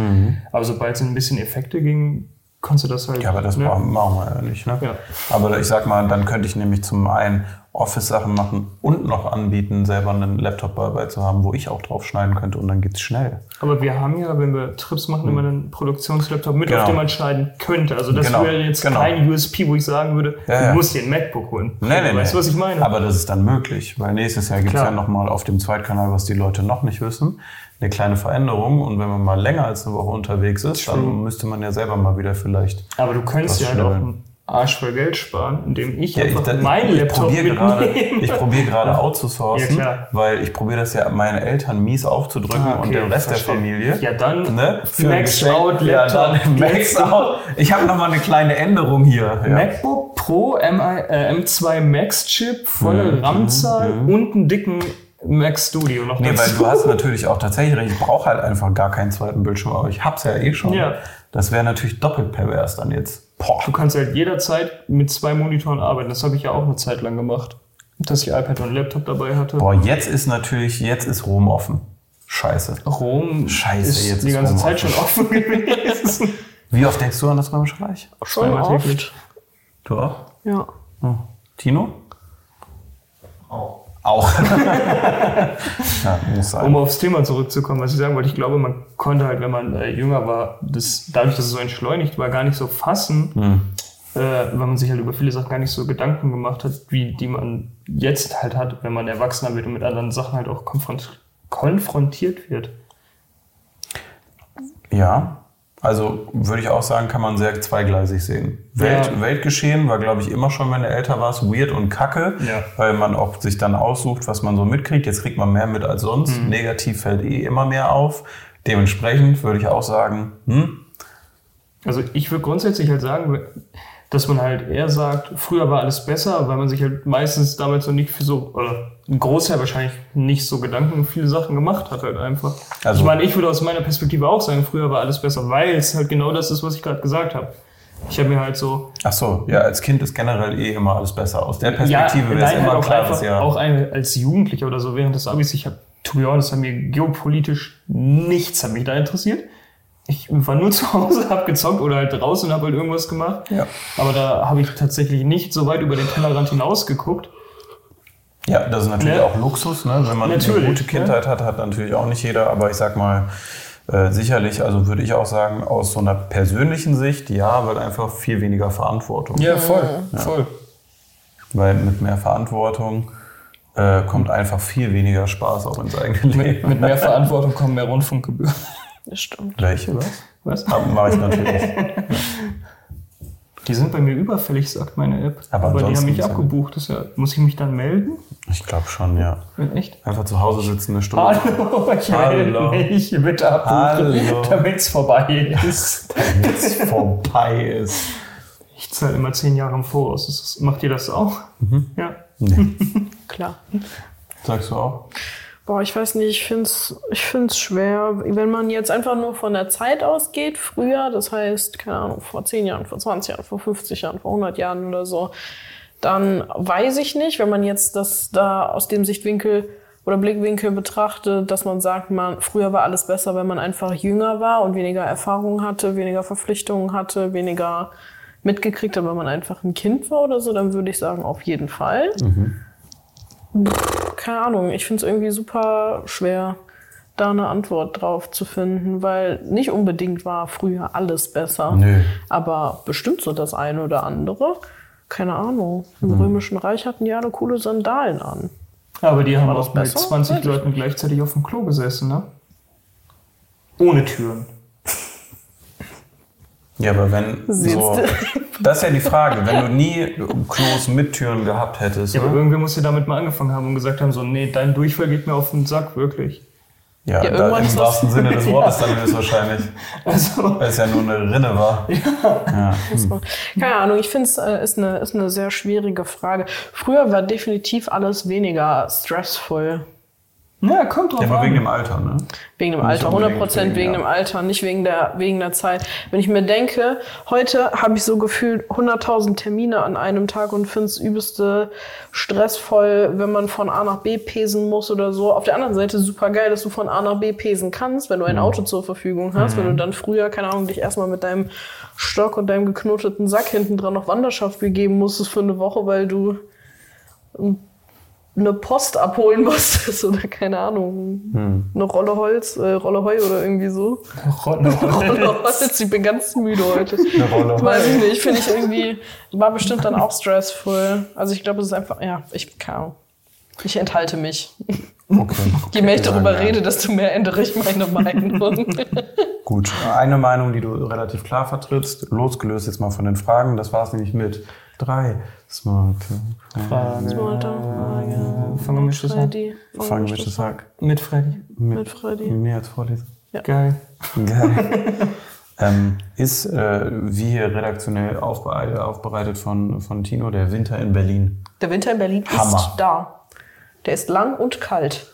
C: Aber sobald es ein bisschen Effekte ging, konntest du das halt.
A: Ja, aber das
C: ne?
A: brauchen machen wir ja nicht. Ne?
C: Ja.
A: Aber ich sag mal, dann könnte ich nämlich zum einen Office-Sachen machen und noch anbieten, selber einen Laptop dabei zu haben, wo ich auch drauf schneiden könnte und dann geht's schnell.
C: Aber wir haben ja, wenn wir Trips machen, immer einen Produktionslaptop mit,
A: Hm. Genau.
C: auf den man schneiden könnte. Also das
A: Genau,
C: wäre jetzt
A: genau.
C: kein USP, wo ich sagen würde,
A: Ja,
C: du
A: ja.
C: musst dir ein MacBook holen. weißt du, was ich meine?
A: Aber das ist dann möglich, weil nächstes Jahr gibt's
C: Klar.
A: ja nochmal auf dem Zweitkanal, was die Leute noch nicht wissen, eine kleine Veränderung. Und wenn man mal länger als eine Woche unterwegs ist, dann müsste man ja selber mal wieder vielleicht.
C: Aber du könntest
A: Das
C: ja
A: ist
C: halt auch
A: schnell.
C: einen Arsch voll Geld sparen, indem ich
A: Ja, ich,
C: einfach
A: da-
C: meinen
A: ich, ich
C: Laptop
A: probiere
C: mitnehme.
A: gerade, ich probiere gerade
C: Ja,
A: outzusourcen,
C: klar.
A: weil ich probiere das ja meinen Eltern mies aufzudrücken
C: Ah, okay,
A: und dem Rest
C: verstehe.
A: der Familie.
C: Ja, dann
A: ne, für ein
C: Max
A: Geschenk.
C: out
A: Ja,
C: Laptop.
A: dann Max out. Ich habe noch mal eine kleine Änderung hier. Ja.
C: MacBook Pro MI, äh, M2 Max Chip, volle
A: Mhm.
C: RAM-Zahl und einen dicken Mac Studio noch
A: Nee, weil
C: dazu.
A: du hast natürlich auch tatsächlich recht. Ich brauche halt einfach gar keinen zweiten Bildschirm, aber ich hab's ja eh schon.
C: Ja.
A: Das wäre natürlich doppelt pervers dann jetzt. Boah.
C: Du kannst halt jederzeit mit zwei Monitoren arbeiten. Das habe ich ja auch eine Zeit lang gemacht, dass ich iPad und Laptop dabei hatte.
A: Boah, jetzt ist natürlich, jetzt ist Rom offen. Scheiße.
C: Rom
A: Scheiße,
C: ist
A: jetzt
C: die
A: ist
C: ganze
A: Rom
C: Zeit schon offen gewesen.
A: Wie oft denkst du an das Römische Reich?
F: Schon oft.
A: Du auch?
F: Ja.
A: Hm. Tino?
D: Auch.
A: Auch. ja, muss sein.
C: Um aufs Thema zurückzukommen, was ich sagen wollte, ich glaube, man konnte halt, wenn man äh, jünger war, das, dadurch, dass es so entschleunigt war, gar nicht so fassen, äh, weil man sich halt über viele Sachen gar nicht so Gedanken gemacht hat, wie die man jetzt halt hat, wenn man erwachsener wird und mit anderen Sachen halt auch konfront konfrontiert wird.
A: Ja, also würde ich auch sagen, kann man sehr zweigleisig sehen. Welt,
C: Ja.
A: Weltgeschehen war, glaube ich, immer schon, wenn du älter warst, weird und kacke,
C: Ja.
A: weil man auch sich dann aussucht, was man so mitkriegt. Jetzt kriegt man mehr mit als sonst.
C: Mhm.
A: Negativ fällt eh immer mehr auf. Dementsprechend würde ich auch sagen, hm,
C: Also ich würde grundsätzlich halt sagen, dass man halt eher sagt, früher war alles besser, weil man sich halt meistens damals noch nicht für so, oder ein Großteil wahrscheinlich nicht so Gedanken um viele Sachen gemacht hat halt einfach.
A: Also-
C: ich meine, ich würde aus meiner Perspektive auch sagen, früher war alles besser, weil es halt genau das ist, was ich gerade gesagt habe. Ich habe mir halt so,
A: ach so, ja, als Kind ist generell eh immer alles besser. Aus der Perspektive wäre es
C: nein, halt
A: immer
C: auch
A: klar, dass
C: einfach,
A: ja.
C: Auch ein, als Jugendlicher oder so während des Abis, ich habe, to be honest, hat mir geopolitisch nichts hat mich da interessiert. Ich war nur zu Hause, hab gezockt oder halt draußen und hab halt irgendwas gemacht.
A: Ja.
C: Aber da habe ich tatsächlich nicht so weit über den Tellerrand hinaus geguckt.
A: Ja, das ist natürlich
C: Ne?
A: auch Luxus, ne? wenn man eine
C: Natürlich,
A: gute
C: ne?
A: Kindheit hat, hat natürlich auch nicht jeder, aber ich sag mal, äh, sicherlich, also würde ich auch sagen, aus so einer persönlichen Sicht, ja, weil einfach viel weniger Verantwortung.
C: Ja, voll, voll.
A: Weil mit mehr Verantwortung äh, kommt einfach viel weniger Spaß auch ins eigene Leben.
C: Mit mehr Verantwortung kommen mehr Rundfunkgebühren.
F: Das stimmt.
A: Welche, was?
C: Was?
A: Mache ich natürlich.
C: Die sind bei mir überfällig, sagt meine App.
A: Aber
C: Aber, die haben
A: ansonsten
C: mich
A: ist ja-
C: abgebucht. Das ist ja, muss ich mich dann melden?
A: Ich glaube schon, ja.
C: In echt?
A: Einfach zu Hause sitzen eine Stunde.
C: Hallo, ich
A: Hallo.
C: melde mich mit
A: Hallo.
C: abbuchen, damit's vorbei ist.
A: Wenn's vorbei ist.
C: Ich zahle immer zehn Jahre im Voraus. Das ist, macht ihr das auch?
A: Mhm.
C: Ja.
F: Klar.
A: Sagst du auch?
B: Boah, ich weiß nicht, ich finde es ich find's schwer. Wenn man jetzt einfach nur von der Zeit ausgeht, früher, das heißt, keine Ahnung, vor 10 Jahren, vor 20 Jahren, vor 50 Jahren, vor 100 Jahren oder so, dann weiß ich nicht, wenn man jetzt das da aus dem Sichtwinkel oder Blickwinkel betrachtet, dass man sagt, man, früher war alles besser, wenn man einfach jünger war und weniger Erfahrung hatte, weniger Verpflichtungen hatte, weniger mitgekriegt hat, weil man einfach ein Kind war oder so, dann würde ich sagen, auf jeden Fall keine Ahnung, ich finde es irgendwie super schwer, da eine Antwort drauf zu finden, weil nicht unbedingt war früher alles besser.
A: Nö.
B: Aber bestimmt so das eine oder andere. Keine Ahnung. Im Römischen Reich hatten die alle coole Sandalen an.
C: Aber die haben
B: das
C: auch mit
B: besser?
C: 20 Leuten gleichzeitig auf dem Klo gesessen, ne? Ohne Türen.
A: Ja, aber wenn so. Das ist ja die Frage. Wenn du nie Klos mit Türen gehabt hättest.
C: Ja, aber
A: ne?
C: irgendwer muss ja damit mal angefangen haben und gesagt haben, so, nee, dein Durchfall geht mir auf den Sack, wirklich.
A: Ja,
B: Ja,
A: da,
B: irgendwann
A: im
B: ist
A: wahrsten Sinne des Wortes dann höchstwahrscheinlich,
C: Also,
A: weil es ja nur eine Rinne war. Ja.
B: Keine Ahnung, ich finde es äh, ist eine, ist eine sehr schwierige Frage. Früher war definitiv alles weniger stressvoll.
C: ja, kommt drauf
A: Ja, aber
C: an.
A: wegen dem Alter, ne?
B: Wegen dem
A: Nicht
B: Alter, 100
A: unbedingt
B: Prozent
A: wegen,
B: wegen
A: ja.
B: dem Alter, nicht wegen der, wegen der Zeit. Wenn ich mir denke, heute habe ich so gefühlt 100.000 Termine an einem Tag und finde es übelste stressvoll, wenn man von A nach B pesen muss oder so. Auf der anderen Seite super geil, dass du von A nach B pesen kannst, wenn du ein Auto zur Verfügung hast, wenn du dann früher, keine Ahnung, dich erstmal mit deinem Stock und deinem geknoteten Sack hinten dran auf Wanderschaft begeben musstest für eine Woche, weil du eine Post abholen musstest oder keine Ahnung, eine Rolle Holz, äh, Rolle Heu oder irgendwie so. Rolle Holz, Oh ich bin ganz müde heute.
A: Eine Rolle.
B: Weiß ich nicht, finde ich irgendwie, war bestimmt dann auch stressvoll. Also ich glaube, es ist einfach, ja, ich, keine Ahnung. Ich enthalte mich.
A: Okay.
B: Je mehr ich
A: Wir
B: darüber
A: sagen, ja.
B: rede, desto mehr ändere ich meine Meinung.
A: Gut. Eine Meinung, die du relativ klar vertrittst, losgelöst jetzt mal von den Fragen, das war es nämlich mit drei smarte
C: Frage. Fangen wir mit Schluss an.
B: Freddy.
A: Fragen mit dem Sack.
C: Mit Freddy.
B: Mit Freddy.
A: Mehr als Vorleser.
C: Geil.
A: Geil. ähm, ist, äh, wie hier redaktionell aufbereitet, aufbereitet von, von Tino, der Winter in Berlin.
B: Der Winter in Berlin
A: Hammer.
B: ist da. Der ist lang und kalt.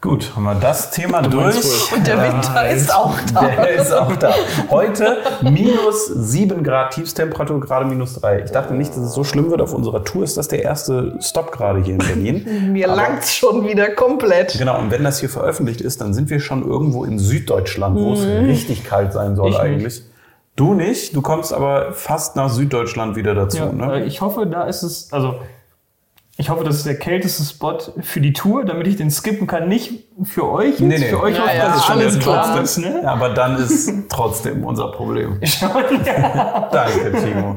A: Gut, haben wir das Thema durch. Äh,
B: Und der Winter ist auch da.
A: Der ist auch da. Heute minus 7 Grad Tiefstemperatur, gerade minus 3. Ich dachte nicht, dass es so schlimm wird. Auf unserer Tour ist das der erste Stopp gerade hier in Berlin.
B: Mir langt's schon wieder komplett.
A: Genau, und wenn das hier veröffentlicht ist, dann sind wir schon irgendwo in Süddeutschland, wo es richtig kalt sein soll
C: Mhm. Ich nicht.
A: eigentlich. Du nicht, du kommst aber fast nach Süddeutschland wieder dazu.
C: Ja,
A: ne?
C: äh, Ich hoffe, da ist es, also ich hoffe, das ist der kälteste Spot für die Tour, damit ich den skippen kann. Nicht für euch jetzt,
A: Nee, nee.
C: für euch
B: Ja,
C: auch
B: ja,
A: Das ist schon
B: alles
A: der
B: klar.
A: Trotzdem,
C: Ne?
A: Aber dann ist trotzdem unser Problem.
C: ja.
A: Danke, Timo.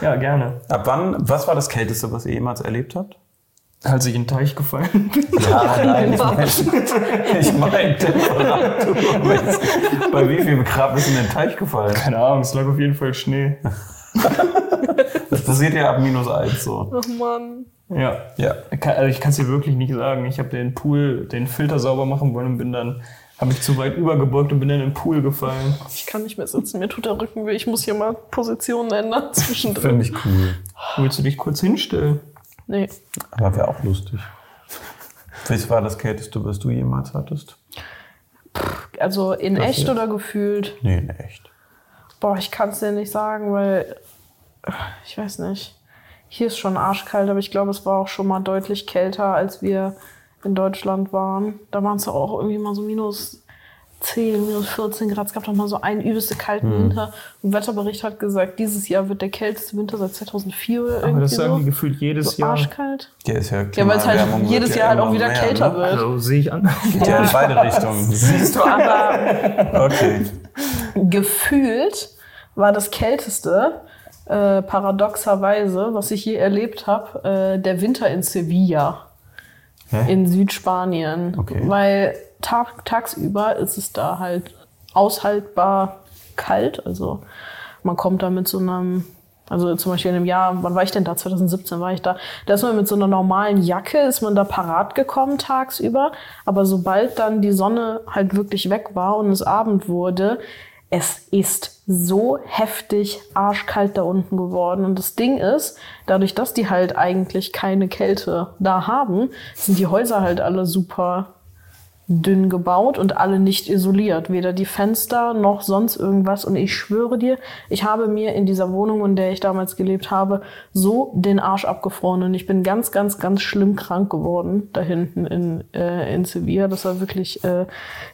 C: ja, gerne.
A: Ab wann, was war das Kälteste, was ihr jemals erlebt habt?
C: Hat sich in den Teich gefallen.
A: Ja, nein, ich meine ich mein Temperatur. Bei wie viel Grad ist in den Teich gefallen?
C: Keine Ahnung, es lag auf jeden Fall Schnee.
A: Das passiert ja ab minus eins so.
B: Ach Mann.
C: Ja.
A: Ja.
C: Kann- Also ich kann es dir wirklich nicht sagen. Ich habe den Pool, den Filter sauber machen wollen und bin dann, habe ich zu weit übergebeugt und bin dann in den Pool gefallen.
B: Ich kann nicht mehr sitzen, mir tut der Rücken weh. Ich muss hier mal Positionen ändern
A: Finde
B: zwischendrin.
A: ich cool.
C: Willst du dich kurz hinstellen?
B: Nee.
A: Aber wäre auch lustig. Was war das Kälteste, was du jemals hattest?
B: Also in echt
A: jetzt.
B: oder gefühlt?
A: Nee, in echt.
B: Boah, ich kann es dir nicht sagen, weil ich weiß nicht. Hier ist schon arschkalt, aber ich glaube, es war auch schon mal deutlich kälter, als wir in Deutschland waren. Da waren es ja auch irgendwie mal so minus 10, minus 14 Grad. Es gab doch mal so einen übelste kalten
C: Hm.
B: Winter. Ein Wetterbericht hat gesagt, dieses Jahr wird der kälteste Winter seit 2004 oder irgendwie
C: Aber das ist
B: so.
C: irgendwie gefühlt jedes
B: so
C: Jahr.
B: arschkalt.
A: Der ist ja
B: Ja, weil es halt
A: Klimaerwärmung
B: jedes
A: wird ja
B: Jahr halt
A: immer
B: auch wieder
A: mehr,
B: kälter
A: ne?
B: wird.
C: Also sehe ich an.
A: Geht ja in beide Richtungen.
B: Siehst du, aber
A: Okay.
B: gefühlt war das kälteste, äh, paradoxerweise, was ich je erlebt habe, äh, der Winter in Sevilla
A: Hä?
B: in Südspanien.
A: Okay.
B: Weil tag, tagsüber ist es da halt aushaltbar kalt. Also man kommt da mit so einem, also zum Beispiel in einem Jahr, wann war ich denn da? 2017 war ich da. Da ist man mit so einer normalen Jacke, ist man da parat gekommen tagsüber. Aber sobald dann die Sonne halt wirklich weg war und es Abend wurde, es ist so heftig arschkalt da unten geworden. Und das Ding ist, dadurch, dass die halt eigentlich keine Kälte da haben, sind die Häuser halt alle super dünn gebaut und alle nicht isoliert. Weder die Fenster noch sonst irgendwas. Und ich schwöre dir, ich habe mir in dieser Wohnung, in der ich damals gelebt habe, so den Arsch abgefroren. Und ich bin ganz, ganz, ganz schlimm krank geworden da hinten in, äh, in Sevilla. Das war wirklich äh,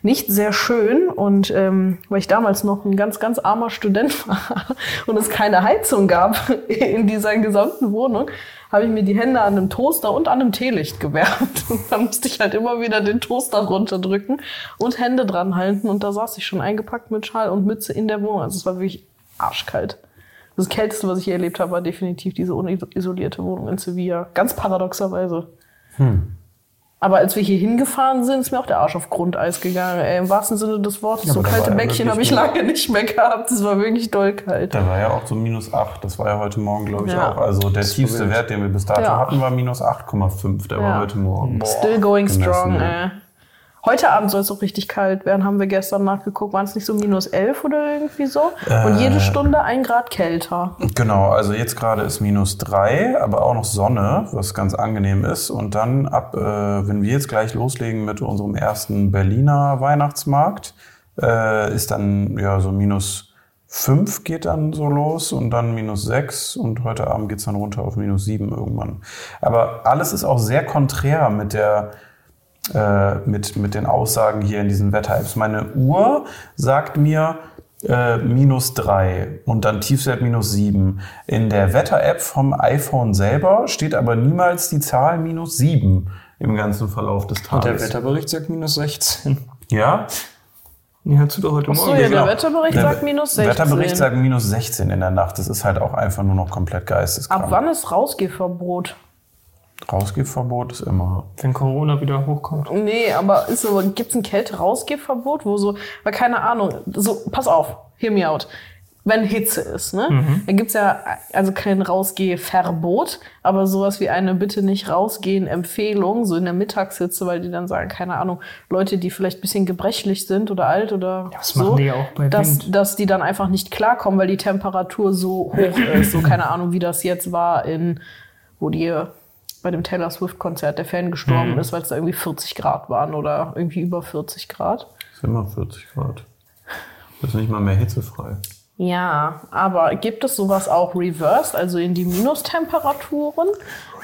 B: nicht sehr schön. Und ähm, weil ich damals noch ein ganz, ganz armer Student war und es keine Heizung gab in dieser gesamten Wohnung, habe ich mir die Hände an einem Toaster und an einem Teelicht gewärmt. Und dann musste ich halt immer wieder den Toaster runterdrücken und Hände dran halten. Und da saß ich schon eingepackt mit Schal und Mütze in der Wohnung. Also es war wirklich arschkalt. Das Kälteste, was ich je erlebt habe, war definitiv diese unisolierte Wohnung in Sevilla. Ganz paradoxerweise.
A: Hm.
B: Aber als wir hier hingefahren sind, ist mir auch der Arsch auf Grundeis gegangen. Ey, Im wahrsten Sinne des Wortes. so
A: aber da
B: kalte
A: war ja
B: Bäckchen habe ich
A: wirklich
B: lange nicht mehr gehabt. Es war wirklich doll kalt.
A: Da war ja auch so minus 8. Das war ja heute Morgen, glaube ich,
B: Ja.
A: auch. Also der tiefste Wert, den wir bis dato
B: Ja.
A: hatten, war minus 8,5. Der war
B: Ja.
A: heute Morgen.
B: Still going
A: gemessen,
B: strong,
A: ne?
B: ey. Heute Abend soll es auch richtig kalt werden, haben wir gestern nachgeguckt. Waren es nicht so minus 11 oder irgendwie so? Und jede Stunde ein Grad kälter.
A: Genau, also jetzt gerade ist minus drei, aber auch noch Sonne, was ganz angenehm ist. Und dann ab, äh, wenn wir jetzt gleich loslegen mit unserem ersten Berliner Weihnachtsmarkt, äh, ist dann ja so minus fünf geht dann so los und dann minus sechs und heute Abend geht's dann runter auf minus sieben irgendwann. Aber alles ist auch sehr konträr mit der äh, mit, mit den Aussagen hier in diesen Wetter-Apps. Meine Uhr sagt mir äh, minus drei und dann Tiefswert minus sieben. In der Wetter-App vom iPhone selber steht aber niemals die Zahl minus sieben im ganzen Verlauf des
C: Und der
A: Tages.
C: Wetterbericht sagt minus 16.
A: Ja,
C: Ja, hast du doch heute
B: So,
C: Morgen
B: ja, der
A: genau.
B: Wetterbericht
A: Der
B: sagt minus 16.
A: Wetterbericht sagt minus 16 in der Nacht. Das ist halt auch einfach nur noch komplett geisteskrank.
B: Ab wann ist Rausgehverbot?
A: Rausgehverbot ist immer.
B: genau.
C: Wenn Corona wieder hochkommt.
B: Nee, aber ist so, gibt's ein Kälte-Rausgehverbot, wo so, weil keine Ahnung, so, pass auf, hear me out. Wenn Hitze ist, ne?
C: Mhm.
B: Dann gibt's ja also kein Rausgehverbot, aber sowas wie eine bitte nicht rausgehen Empfehlung, so in der Mittagshitze, weil die dann sagen, keine Ahnung, Leute, die vielleicht ein bisschen gebrechlich sind oder alt oder
C: das
B: so,
C: machen die ja auch bei
B: dass,
C: Wind.
B: dass die dann einfach nicht klarkommen, weil die Temperatur so hoch ist. So keine Ahnung, wie das jetzt war in, wo die bei dem Taylor Swift-Konzert der Fan gestorben ist, weil es da irgendwie 40 Grad waren oder irgendwie über 40 Grad.
A: Ist immer 40 Grad. Ist nicht mal mehr hitzefrei.
B: Ja, aber gibt es sowas auch reversed, also in die Minustemperaturen?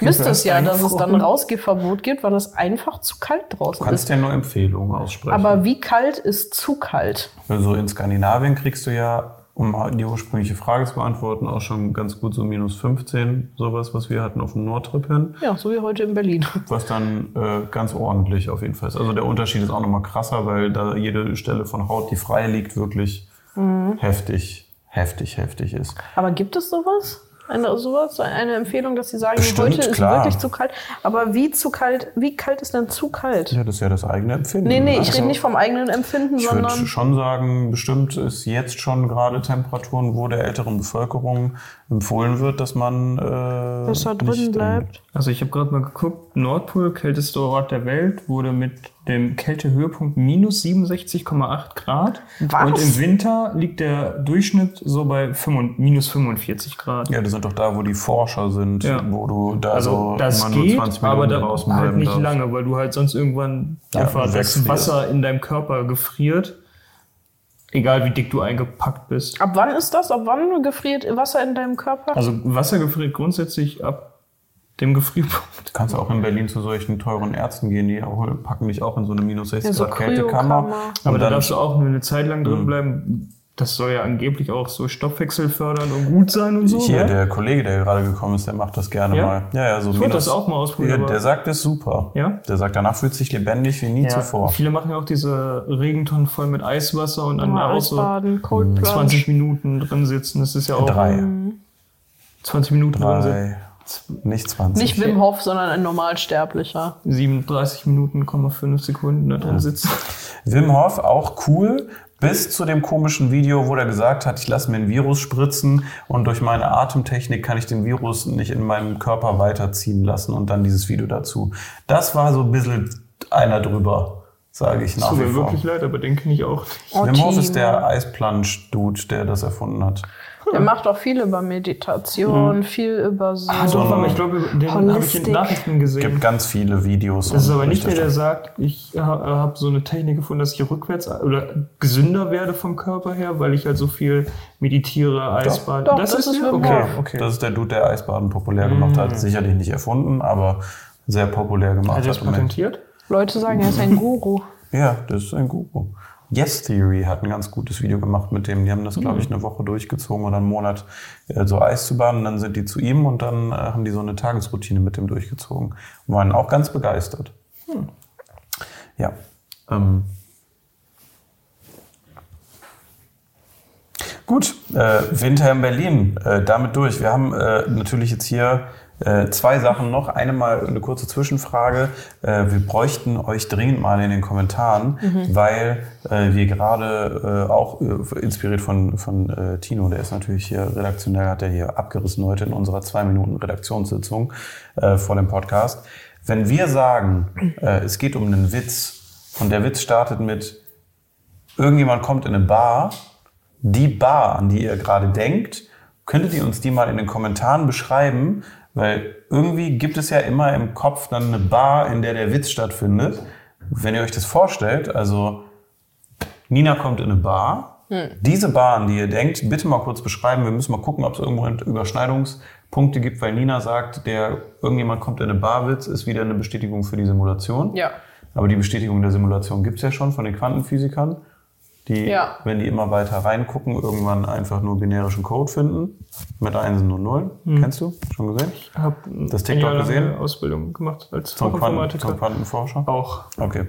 B: Müsste es ja, dass es dann
C: einfroren.
B: Rausgehverbot gibt, weil es einfach zu kalt
A: Du
B: draußen
A: kannst
B: ist.
A: ja nur Empfehlungen aussprechen.
B: Aber wie kalt ist zu kalt?
A: also in Skandinavien kriegst du ja, um die ursprüngliche Frage zu beantworten, auch schon ganz gut so minus 15, sowas, was wir hatten auf dem Nordtrip hin,
B: Ja, so wie heute in Berlin.
A: was dann äh, ganz ordentlich auf jeden Fall ist. Also der Unterschied ist auch nochmal krasser, weil da jede Stelle von Haut, die frei liegt, wirklich
B: Mhm.
A: heftig, heftig, heftig ist.
B: Aber gibt es sowas? Eine, sowas? Eine Empfehlung, dass sie sagen,
A: Bestimmt,
B: heute ist
A: klar.
B: wirklich zu kalt. Aber wie zu kalt, wie kalt ist denn zu kalt?
A: Ja, das ist ja das eigene Empfinden.
B: Nee, nee, ich
A: Also,
B: rede nicht vom eigenen Empfinden,
A: Ich würde
B: sondern
A: schon sagen, bestimmt ist jetzt schon gerade Temperaturen, wo der älteren Bevölkerung empfohlen wird, dass man äh,
B: dass da drin
A: nicht
B: bleibt.
C: Also ich habe gerade mal geguckt, Nordpol, kältester Ort der Welt, wurde mit dem Kältehöhepunkt minus 67,8 Grad.
B: Was?
C: Und im Winter liegt der Durchschnitt so bei 5, minus 45 Grad.
A: In, ja, das sind doch da, wo die Forscher sind,
C: Ja.
A: wo du da
C: Also
A: so
C: das
A: immer
C: geht,
A: nur 20 Minuten
C: aber da
A: draußen
C: halt
A: bleiben
C: nicht
A: darfst.
C: lange, weil du halt sonst irgendwann
A: Ja,
C: einfach das
A: wegfrierst.
C: Wasser in deinem Körper gefriert. Egal wie dick du eingepackt bist.
B: Ab wann ist das? Ab wann gefriert Wasser in deinem Körper?
C: Also Wasser gefriert grundsätzlich ab dem Gefrierpunkt.
A: Kannst du auch in Berlin zu solchen teuren Ärzten gehen, die holen- packen dich auch in so eine minus 60
B: Ja, so
A: Grad Kältekammer.
B: Kryokammer.
A: Und
C: Aber da
A: dann- Mhm.
C: darfst du auch nur eine Zeit lang drin bleiben. Das soll ja angeblich auch so Stoffwechsel fördern und gut sein und so.
A: Hier,
C: ne?
A: der Kollege, der gerade gekommen ist, der macht das gerne
C: Ja?
A: mal. Ja, ja, so
C: Ich wollte das auch mal ausprobieren,
A: Ja,
C: aber-
A: der sagt, das ist super.
C: Ja?
A: Der sagt, danach fühlt sich lebendig wie nie
C: ja,
A: zuvor.
C: Viele machen ja auch diese Regentonnen voll mit Eiswasser und dann
B: Mal
C: auch so
B: Eisbaden,
A: hm,
B: Cold Plunge.
C: 20 Minuten drin sitzen. Das ist ja auch
A: Drei.
C: 20 Minuten drin sitzen.
A: Drei. Nicht 20.
B: Nicht Wim Hof, sondern ein Normalsterblicher.
C: 37 Minuten, 5 Sekunden da drin sitzen.
A: Wim Hof, auch cool, bis zu dem komischen Video, wo er gesagt hat, ich lasse mir ein Virus spritzen und durch meine Atemtechnik kann ich den Virus nicht in meinem Körper weiterziehen lassen und dann dieses Video dazu. Das war so ein bisschen einer drüber, sage ich nach
C: Tut
A: wie
C: mir
A: vor.
C: wirklich leid, aber den kenne ich auch. nicht.
A: Wim Hof ist
B: Timo.
A: der Eisplunge-Dude, der das erfunden hat.
B: Der macht auch viel über
A: Hm.
B: Meditation, viel über so.
C: Ah, doch, aber ich glaube, den habe ich in den
B: Holistik.
C: Nachrichten
A: Es
C: gesehen.
A: gibt ganz viele Videos.
C: Das ist
A: und
C: aber nicht der, der
A: Berichterstattung.
C: sagt, ich habe so eine Technik gefunden, dass ich rückwärts oder gesünder werde vom Körper her, weil ich halt so viel meditiere, Eisbad.
B: Doch, das ist
C: der? Hm.
B: Wim
C: okay,
B: Hof.
C: okay.
A: Das ist der Dude, der Eisbaden populär gemacht hat. Sicherlich nicht erfunden, aber sehr populär gemacht
C: hat er das
A: und mit-
C: patentiert?
B: Leute sagen, er ist ein Guru.
A: Ja, das ist ein Guru. Yes Theory hat ein ganz gutes Video gemacht mit dem. Die haben das, glaube ich, eine Woche durchgezogen oder einen Monat äh, so Eis zu baden. Dann sind die zu ihm und dann äh, haben die so eine Tagesroutine mit dem durchgezogen. Und waren auch ganz begeistert. Hm. Ja. Ähm. Gut, äh, Winter in Berlin, äh, damit durch. Wir haben äh, natürlich jetzt hier äh, zwei Sachen noch. Eine mal eine kurze Zwischenfrage. Äh, wir bräuchten euch dringend mal in den Kommentaren, weil äh, wir gerade äh, auch äh, inspiriert von, von äh, Tino, der ist natürlich hier redaktionell, hat er hier abgerissen heute in unserer zwei Minuten Redaktionssitzung äh, vor dem Podcast. Wenn wir sagen, äh, es geht um einen Witz, Und der Witz startet mit, irgendjemand kommt in eine Bar, die Bar, an die ihr gerade denkt, könntet ihr uns die mal in den Kommentaren beschreiben, weil irgendwie gibt es ja immer im Kopf dann eine Bar, in der der Witz stattfindet. Wenn ihr euch das vorstellt, also Nina kommt in eine Bar. Diese Bar, an die ihr denkt, bitte mal kurz beschreiben. Wir müssen mal gucken, ob es irgendwo Überschneidungspunkte gibt, weil Nina sagt, der irgendjemand kommt in eine Bar, Witz ist wieder eine Bestätigung für die Simulation.
B: Ja.
A: Aber die Bestätigung der Simulation gibt es ja schon von den Quantenphysikern, die,
B: Ja.
A: wenn die immer weiter reingucken, irgendwann einfach nur generischen Code finden mit Einsen und Nullen.
C: Mhm.
A: Kennst du? Schon gesehen?
C: Hab
A: Das TikTok
C: eine
A: gesehen?
C: Ausbildung gemacht als
A: Zum, Quanten,
C: Fachinformatiker.
A: zum Quantenforscher?
C: Auch.
A: Okay.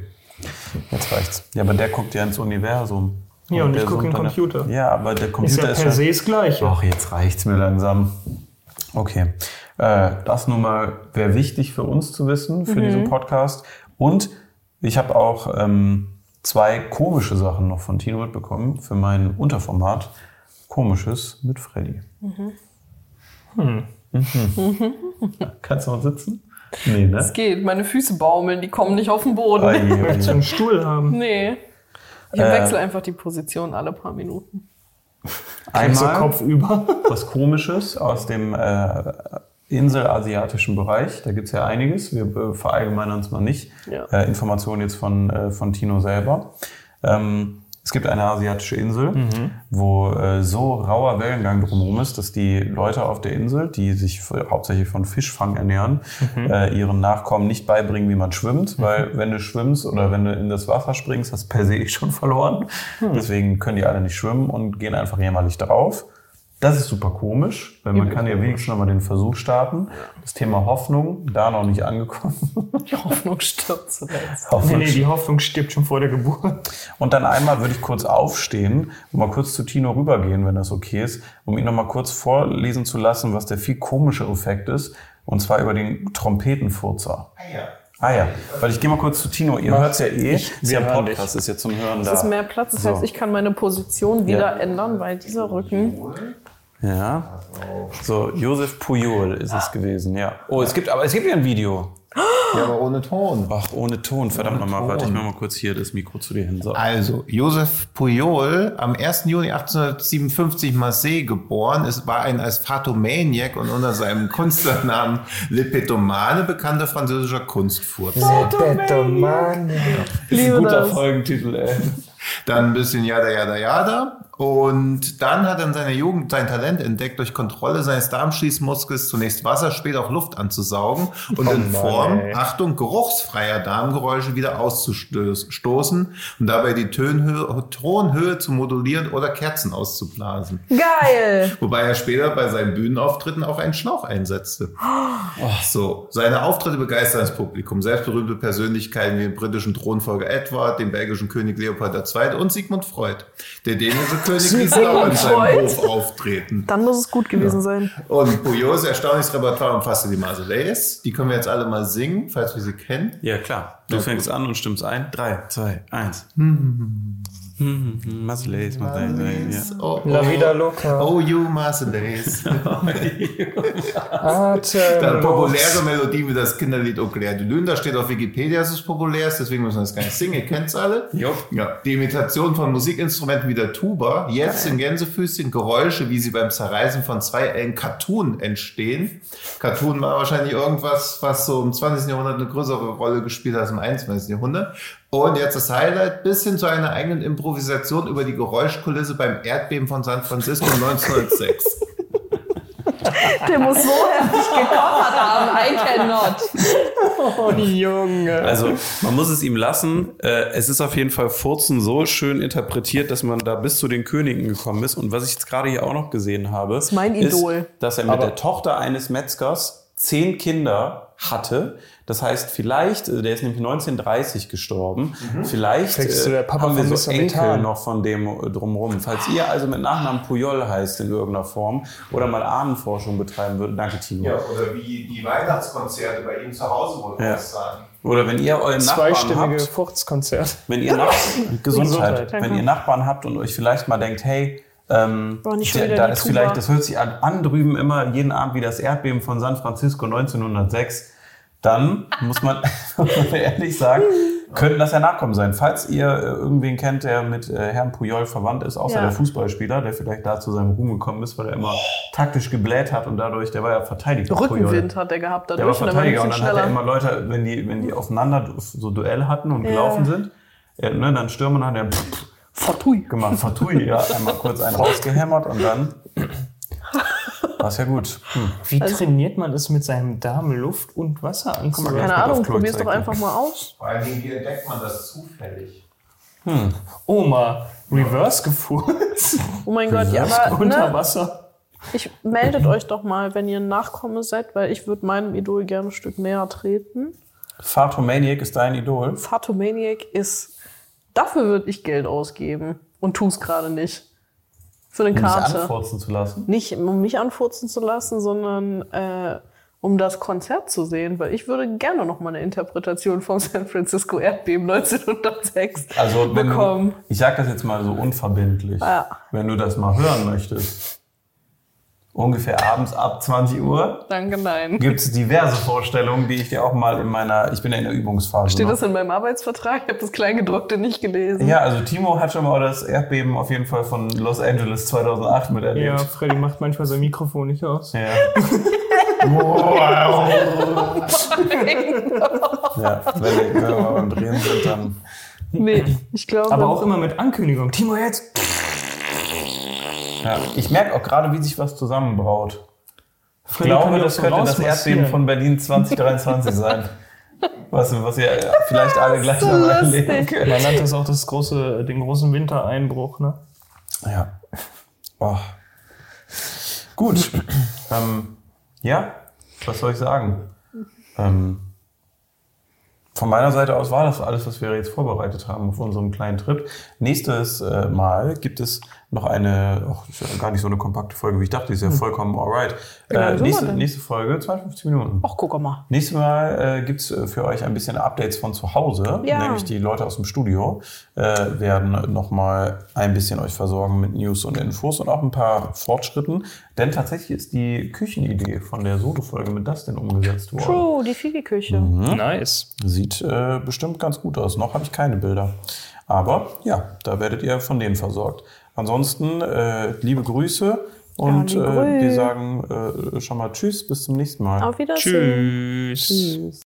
A: Jetzt reicht's. Ja, aber der guckt ja ins Universum.
C: Ja, und
A: der
C: ich guck
A: summt
C: in den
A: dann-
C: Computer.
A: Ja, aber der
C: Ist
A: Computer
C: ja
A: ist,
C: per
A: schon-
C: se das Gleiche.
A: Ach, jetzt reicht's mir langsam. Okay. Äh, das nun mal wäre wichtig für uns zu wissen, für diesen
E: Mhm.
A: Podcast. Und ich habe auch ähm, zwei komische Sachen noch von Tino mitbekommen für mein Unterformat. Komisches mit Freddy. Mhm.
C: Hm.
A: Mhm. Kannst du noch sitzen? Nee, ne?
E: Es geht, um meine Füße baumeln, die kommen nicht auf den Boden.
A: Ei, ei, ei.
C: Möchtest du einen Stuhl haben?
E: Nee. Ich
A: Äh.
E: wechsle einfach die Position alle paar Minuten.
C: Kriegst du
A: Einmal
C: Kopf über.
A: was Komisches aus dem äh, inselasiatischen Bereich. Da gibt's ja einiges. Wir äh, verallgemeinern es mal nicht.
E: Ja.
A: Äh, Informationen jetzt von, äh, von Tino selber. Ähm, es gibt eine asiatische Insel,
C: Mhm.
A: wo äh, so rauer Wellengang drumherum ist, dass die Leute auf der Insel, die sich f- hauptsächlich von Fischfang ernähren,
C: Mhm.
A: äh, ihren Nachkommen nicht beibringen, wie man schwimmt, weil wenn du schwimmst oder wenn du in das Wasser springst, hast du per se schon verloren.
C: Hm.
A: Deswegen können die alle nicht schwimmen und gehen einfach jämmerlich drauf. Das ist super komisch, weil man kann ja wenigstens schon mal den Versuch starten. Das Thema Hoffnung, da noch nicht angekommen.
E: Die Hoffnung stirbt zuletzt.
C: Nee,
A: Hoffnung
C: nee, die Hoffnung stirbt schon vor der Geburt.
A: und dann einmal würde ich kurz aufstehen und mal kurz zu Tino rübergehen, wenn das okay ist, um ihn nochmal kurz vorlesen zu lassen, was der viel komische Effekt ist. Und zwar über den Trompetenfurzer.
D: Ah ja.
A: Ah ja, weil ich gehe mal kurz zu Tino. Ihr hört es ja eh. ist ja ein
C: wir hören
A: Podcast, ist ja zum Hören da.
E: Es ist mehr Platz, das
A: So.
E: heißt, ich kann meine Position wieder ändern, weil dieser Rücken.
A: Ja. So, Josef Pujol ist es gewesen, ja. Oh, es gibt aber es gibt ja ein Video.
D: Ja, aber ohne Ton.
A: Ach, ohne Ton. Verdammt nochmal, warte, ich mach mal kurz hier das Mikro zu dir hin. So.
D: Also, Josef Pujol, am 1. Juni 1857 Marseille geboren, ist, war ein als Fatomaniac und unter seinem Künstlernamen Lepetomane bekannter französischer Kunstfurzer.
A: Liebe guter Folgentitel, ey.
D: Dann ein bisschen Yada Yada Yada. Und dann hat er in seiner Jugend sein Talent entdeckt, durch Kontrolle seines Darmschließmuskels zunächst Wasser, später auch Luft anzusaugen und in Form, Achtung, geruchsfreier Darmgeräusche wieder auszustoßen und dabei die Tönhöhe, Tonhöhe zu modulieren oder Kerzen auszublasen.
B: Geil!
D: Wobei er später bei seinen Bühnenauftritten auch einen Schlauch einsetzte.
C: Oh.
D: So, seine Auftritte begeistern das Publikum. Selbstberühmte Persönlichkeiten wie den britischen Thronfolger Edward, den belgischen König Leopold II. und Sigmund Freud, der dänische König ließ auch in seinem Hof auftreten.
B: Dann muss es gut gewesen sein.
D: Und Pujols erstaunliches Repertoire umfasste die Marseillaise. Die können wir jetzt alle mal singen, falls wir sie kennen.
A: Ja, klar. Du fängst an und stimmst ein. Drei, zwei, eins. Hm. Mazzelays, Mazzelays,
D: Oh,
C: La vida
D: oh,
C: loca.
D: oh you Marseillaise. Dann
C: Atemlos.
D: populäre Melodien wie das Kinderlied Oclair du Lune, da steht auf Wikipedia, es ist populär, deswegen müssen wir das gar nicht singen, ihr kennt's alle.
A: Jo.
D: Ja. Die Imitation von Musikinstrumenten wie der Tuba, jetzt in Gänsefüßchen, Geräusche, wie sie beim Zerreißen von zwei Ellen Cartoon entstehen. Cartoon war wahrscheinlich irgendwas, was so im 20. Jahrhundert eine größere Rolle gespielt hat als im 21. Jahrhundert. Und jetzt das Highlight, bis hin zu einer eigenen Improvisation über die Geräuschkulisse beim Erdbeben von San Francisco 1906.
E: Der muss so heftig gekoffert haben. I cannot.
A: Also, man muss es ihm lassen. Äh, es ist auf jeden Fall Furzen so schön interpretiert, dass man da bis zu den Königen gekommen ist. Und was ich jetzt gerade hier auch noch gesehen habe, ist,
B: mein Idol.
A: dass er mit der Tochter eines Metzgers zehn Kinder hatte. Das heißt, vielleicht, äh, der ist nämlich 1930 gestorben, vielleicht
C: Mhm.
A: äh,
C: Vielleicht ist so der Papa
A: haben wir
C: von
A: so
C: Mr.
A: Enkel
C: Methan.
A: noch von dem äh, drumherum. Falls ihr also mit Nachnamen Pujol heißt in irgendeiner Form oder mal Ahnenforschung betreiben würdet, danke Timo.
D: Ja, oder wie die Weihnachtskonzerte bei ihm zu Hause wurden,
A: Ja.
D: muss ich sagen.
A: Oder wenn ihr euren Nachbarn
C: Zweistimmige
A: habt,
C: Furzkonzert.
A: wenn ihr Nachbarn, Gesundheit,
C: Gesundheit.
A: wenn ihr Nachbarn habt und euch vielleicht mal denkt, hey, ähm,
B: Boah, nicht schon
A: der,
B: wieder
A: da
B: die
A: ist
B: Tuba.
A: vielleicht, das hört sich an, an drüben immer jeden Abend wie das Erdbeben von San Francisco 1906, dann muss man ehrlich sagen, könnten das ja Nachkommen sein. Falls ihr äh, irgendwen kennt, der mit äh, Herrn Puyol verwandt ist, außer
G: Ja.
A: der Fußballspieler, der vielleicht da zu seinem Ruhm gekommen ist, weil er immer taktisch gebläht hat und dadurch, der war ja Verteidiger. Puyol.
B: Rückenwind hat er gehabt
A: Der war
B: dadurch und er war ein
A: Verteidiger und
B: bisschen
A: dann hat er
B: schneller.
A: immer Leute, wenn die, wenn die aufeinander so Duell hatten und gelaufen sind, er, ne, dann Stürmer, dann hat er pff,
B: Fortui.
A: gemacht, Fatui, ja, einmal kurz einen rausgehämmert und dann war es ja gut. Hm.
C: Wie trainiert man das mit seinem Darm Luft und Wasser
A: mal
C: anzumachen?
A: gleich.
B: Keine
A: auf
B: Ahnung,
A: Klo
B: probier's doch
A: gezeigt,
B: einfach mal aus.
D: Vor allen Dingen, wie entdeckt man das zufällig?
C: Oma, reverse gefurzt.
B: Oh mein Gott, ja,
A: Reverse
B: aber
C: Unter
B: ne,
C: Wasser.
B: ich meldet euch doch mal, wenn ihr Nachkomme seid, weil ich würde meinem Idol gerne ein Stück näher treten.
A: Fatomaniac ist dein Idol. um
B: Fatomaniac ist. Dafür würde ich Geld ausgeben und tu's gerade nicht. Für eine
A: Um dich
B: Karte.
A: anfurzen zu lassen.
B: Nicht, um mich anfurzen zu lassen, sondern äh, um das Konzert zu sehen, weil ich würde gerne noch mal eine Interpretation vom San Francisco Erdbeben 1906
A: Also wenn du,
B: bekommen.
A: ich sag das jetzt mal so unverbindlich,
B: Ja.
A: wenn du das mal hören möchtest. Ungefähr abends ab 20 Uhr
B: Danke, nein.
A: gibt es diverse Vorstellungen, die ich dir auch mal in meiner, ich bin ja in der Übungsphase.
B: Steht
A: noch.
B: das in meinem Arbeitsvertrag? Ich habe das Kleingedruckte nicht gelesen.
A: Ja, also Timo hat schon mal das Erdbeben auf jeden Fall von Los Angeles 2008
C: Ja,
A: miterlebt.
C: Freddy macht manchmal sein Mikrofon nicht aus.
A: Ja.
D: Wow.
A: ja. Wenn wir wenn wir mal beim Drehen sind, dann.
B: Nee, ich glaube.
C: Aber auch immer mit Ankündigung. Timo, jetzt!
A: Ja. Ich merke auch gerade, wie sich was zusammenbraut. Ich
C: Freddy kann
A: glaube,
C: dir
A: das
C: auch so
A: könnte das
C: rausmassieren.
A: Erdbeben von Berlin 2023 sein. Was, was ihr vielleicht alle gleich noch mal erleben könnt.
C: Man nannte es auch das große, den großen Wintereinbruch, ne?
A: Ja. Oh. Gut. ähm, ja, was soll ich sagen? Ähm, von meiner Seite aus war das alles, was wir jetzt vorbereitet haben auf unserem kleinen Trip. Nächstes äh, Mal gibt es noch eine, ach, ist ja gar nicht so eine kompakte Folge, wie ich dachte, die ist ja vollkommen alright. Äh,
B: lang sind wir
A: nächste,
B: denn?
A: nächste Folge, 52 Minuten.
B: Ach, guck mal.
A: Nächstes Mal äh, gibt's äh, für euch ein bisschen Updates von zu Hause,
B: Ja.
A: nämlich die Leute aus dem Studio äh, werden nochmal ein bisschen euch versorgen mit News und Infos und auch ein paar Fortschritten, denn tatsächlich ist die Küchenidee von der Solo-Folge mit Dustin umgesetzt worden.
B: True, die Figi-Küche.
C: Mhm.
A: Hm?
C: Nice.
A: Sieht äh, bestimmt ganz gut aus. Noch habe ich keine Bilder. Aber ja, da werdet ihr von denen versorgt. Ansonsten äh, liebe Grüße und
B: Ja, liebe
A: äh, wir
B: Grüße.
A: sagen äh, schon mal Tschüss, bis zum nächsten Mal.
B: Auf Wiedersehen.
C: Also Tschüss.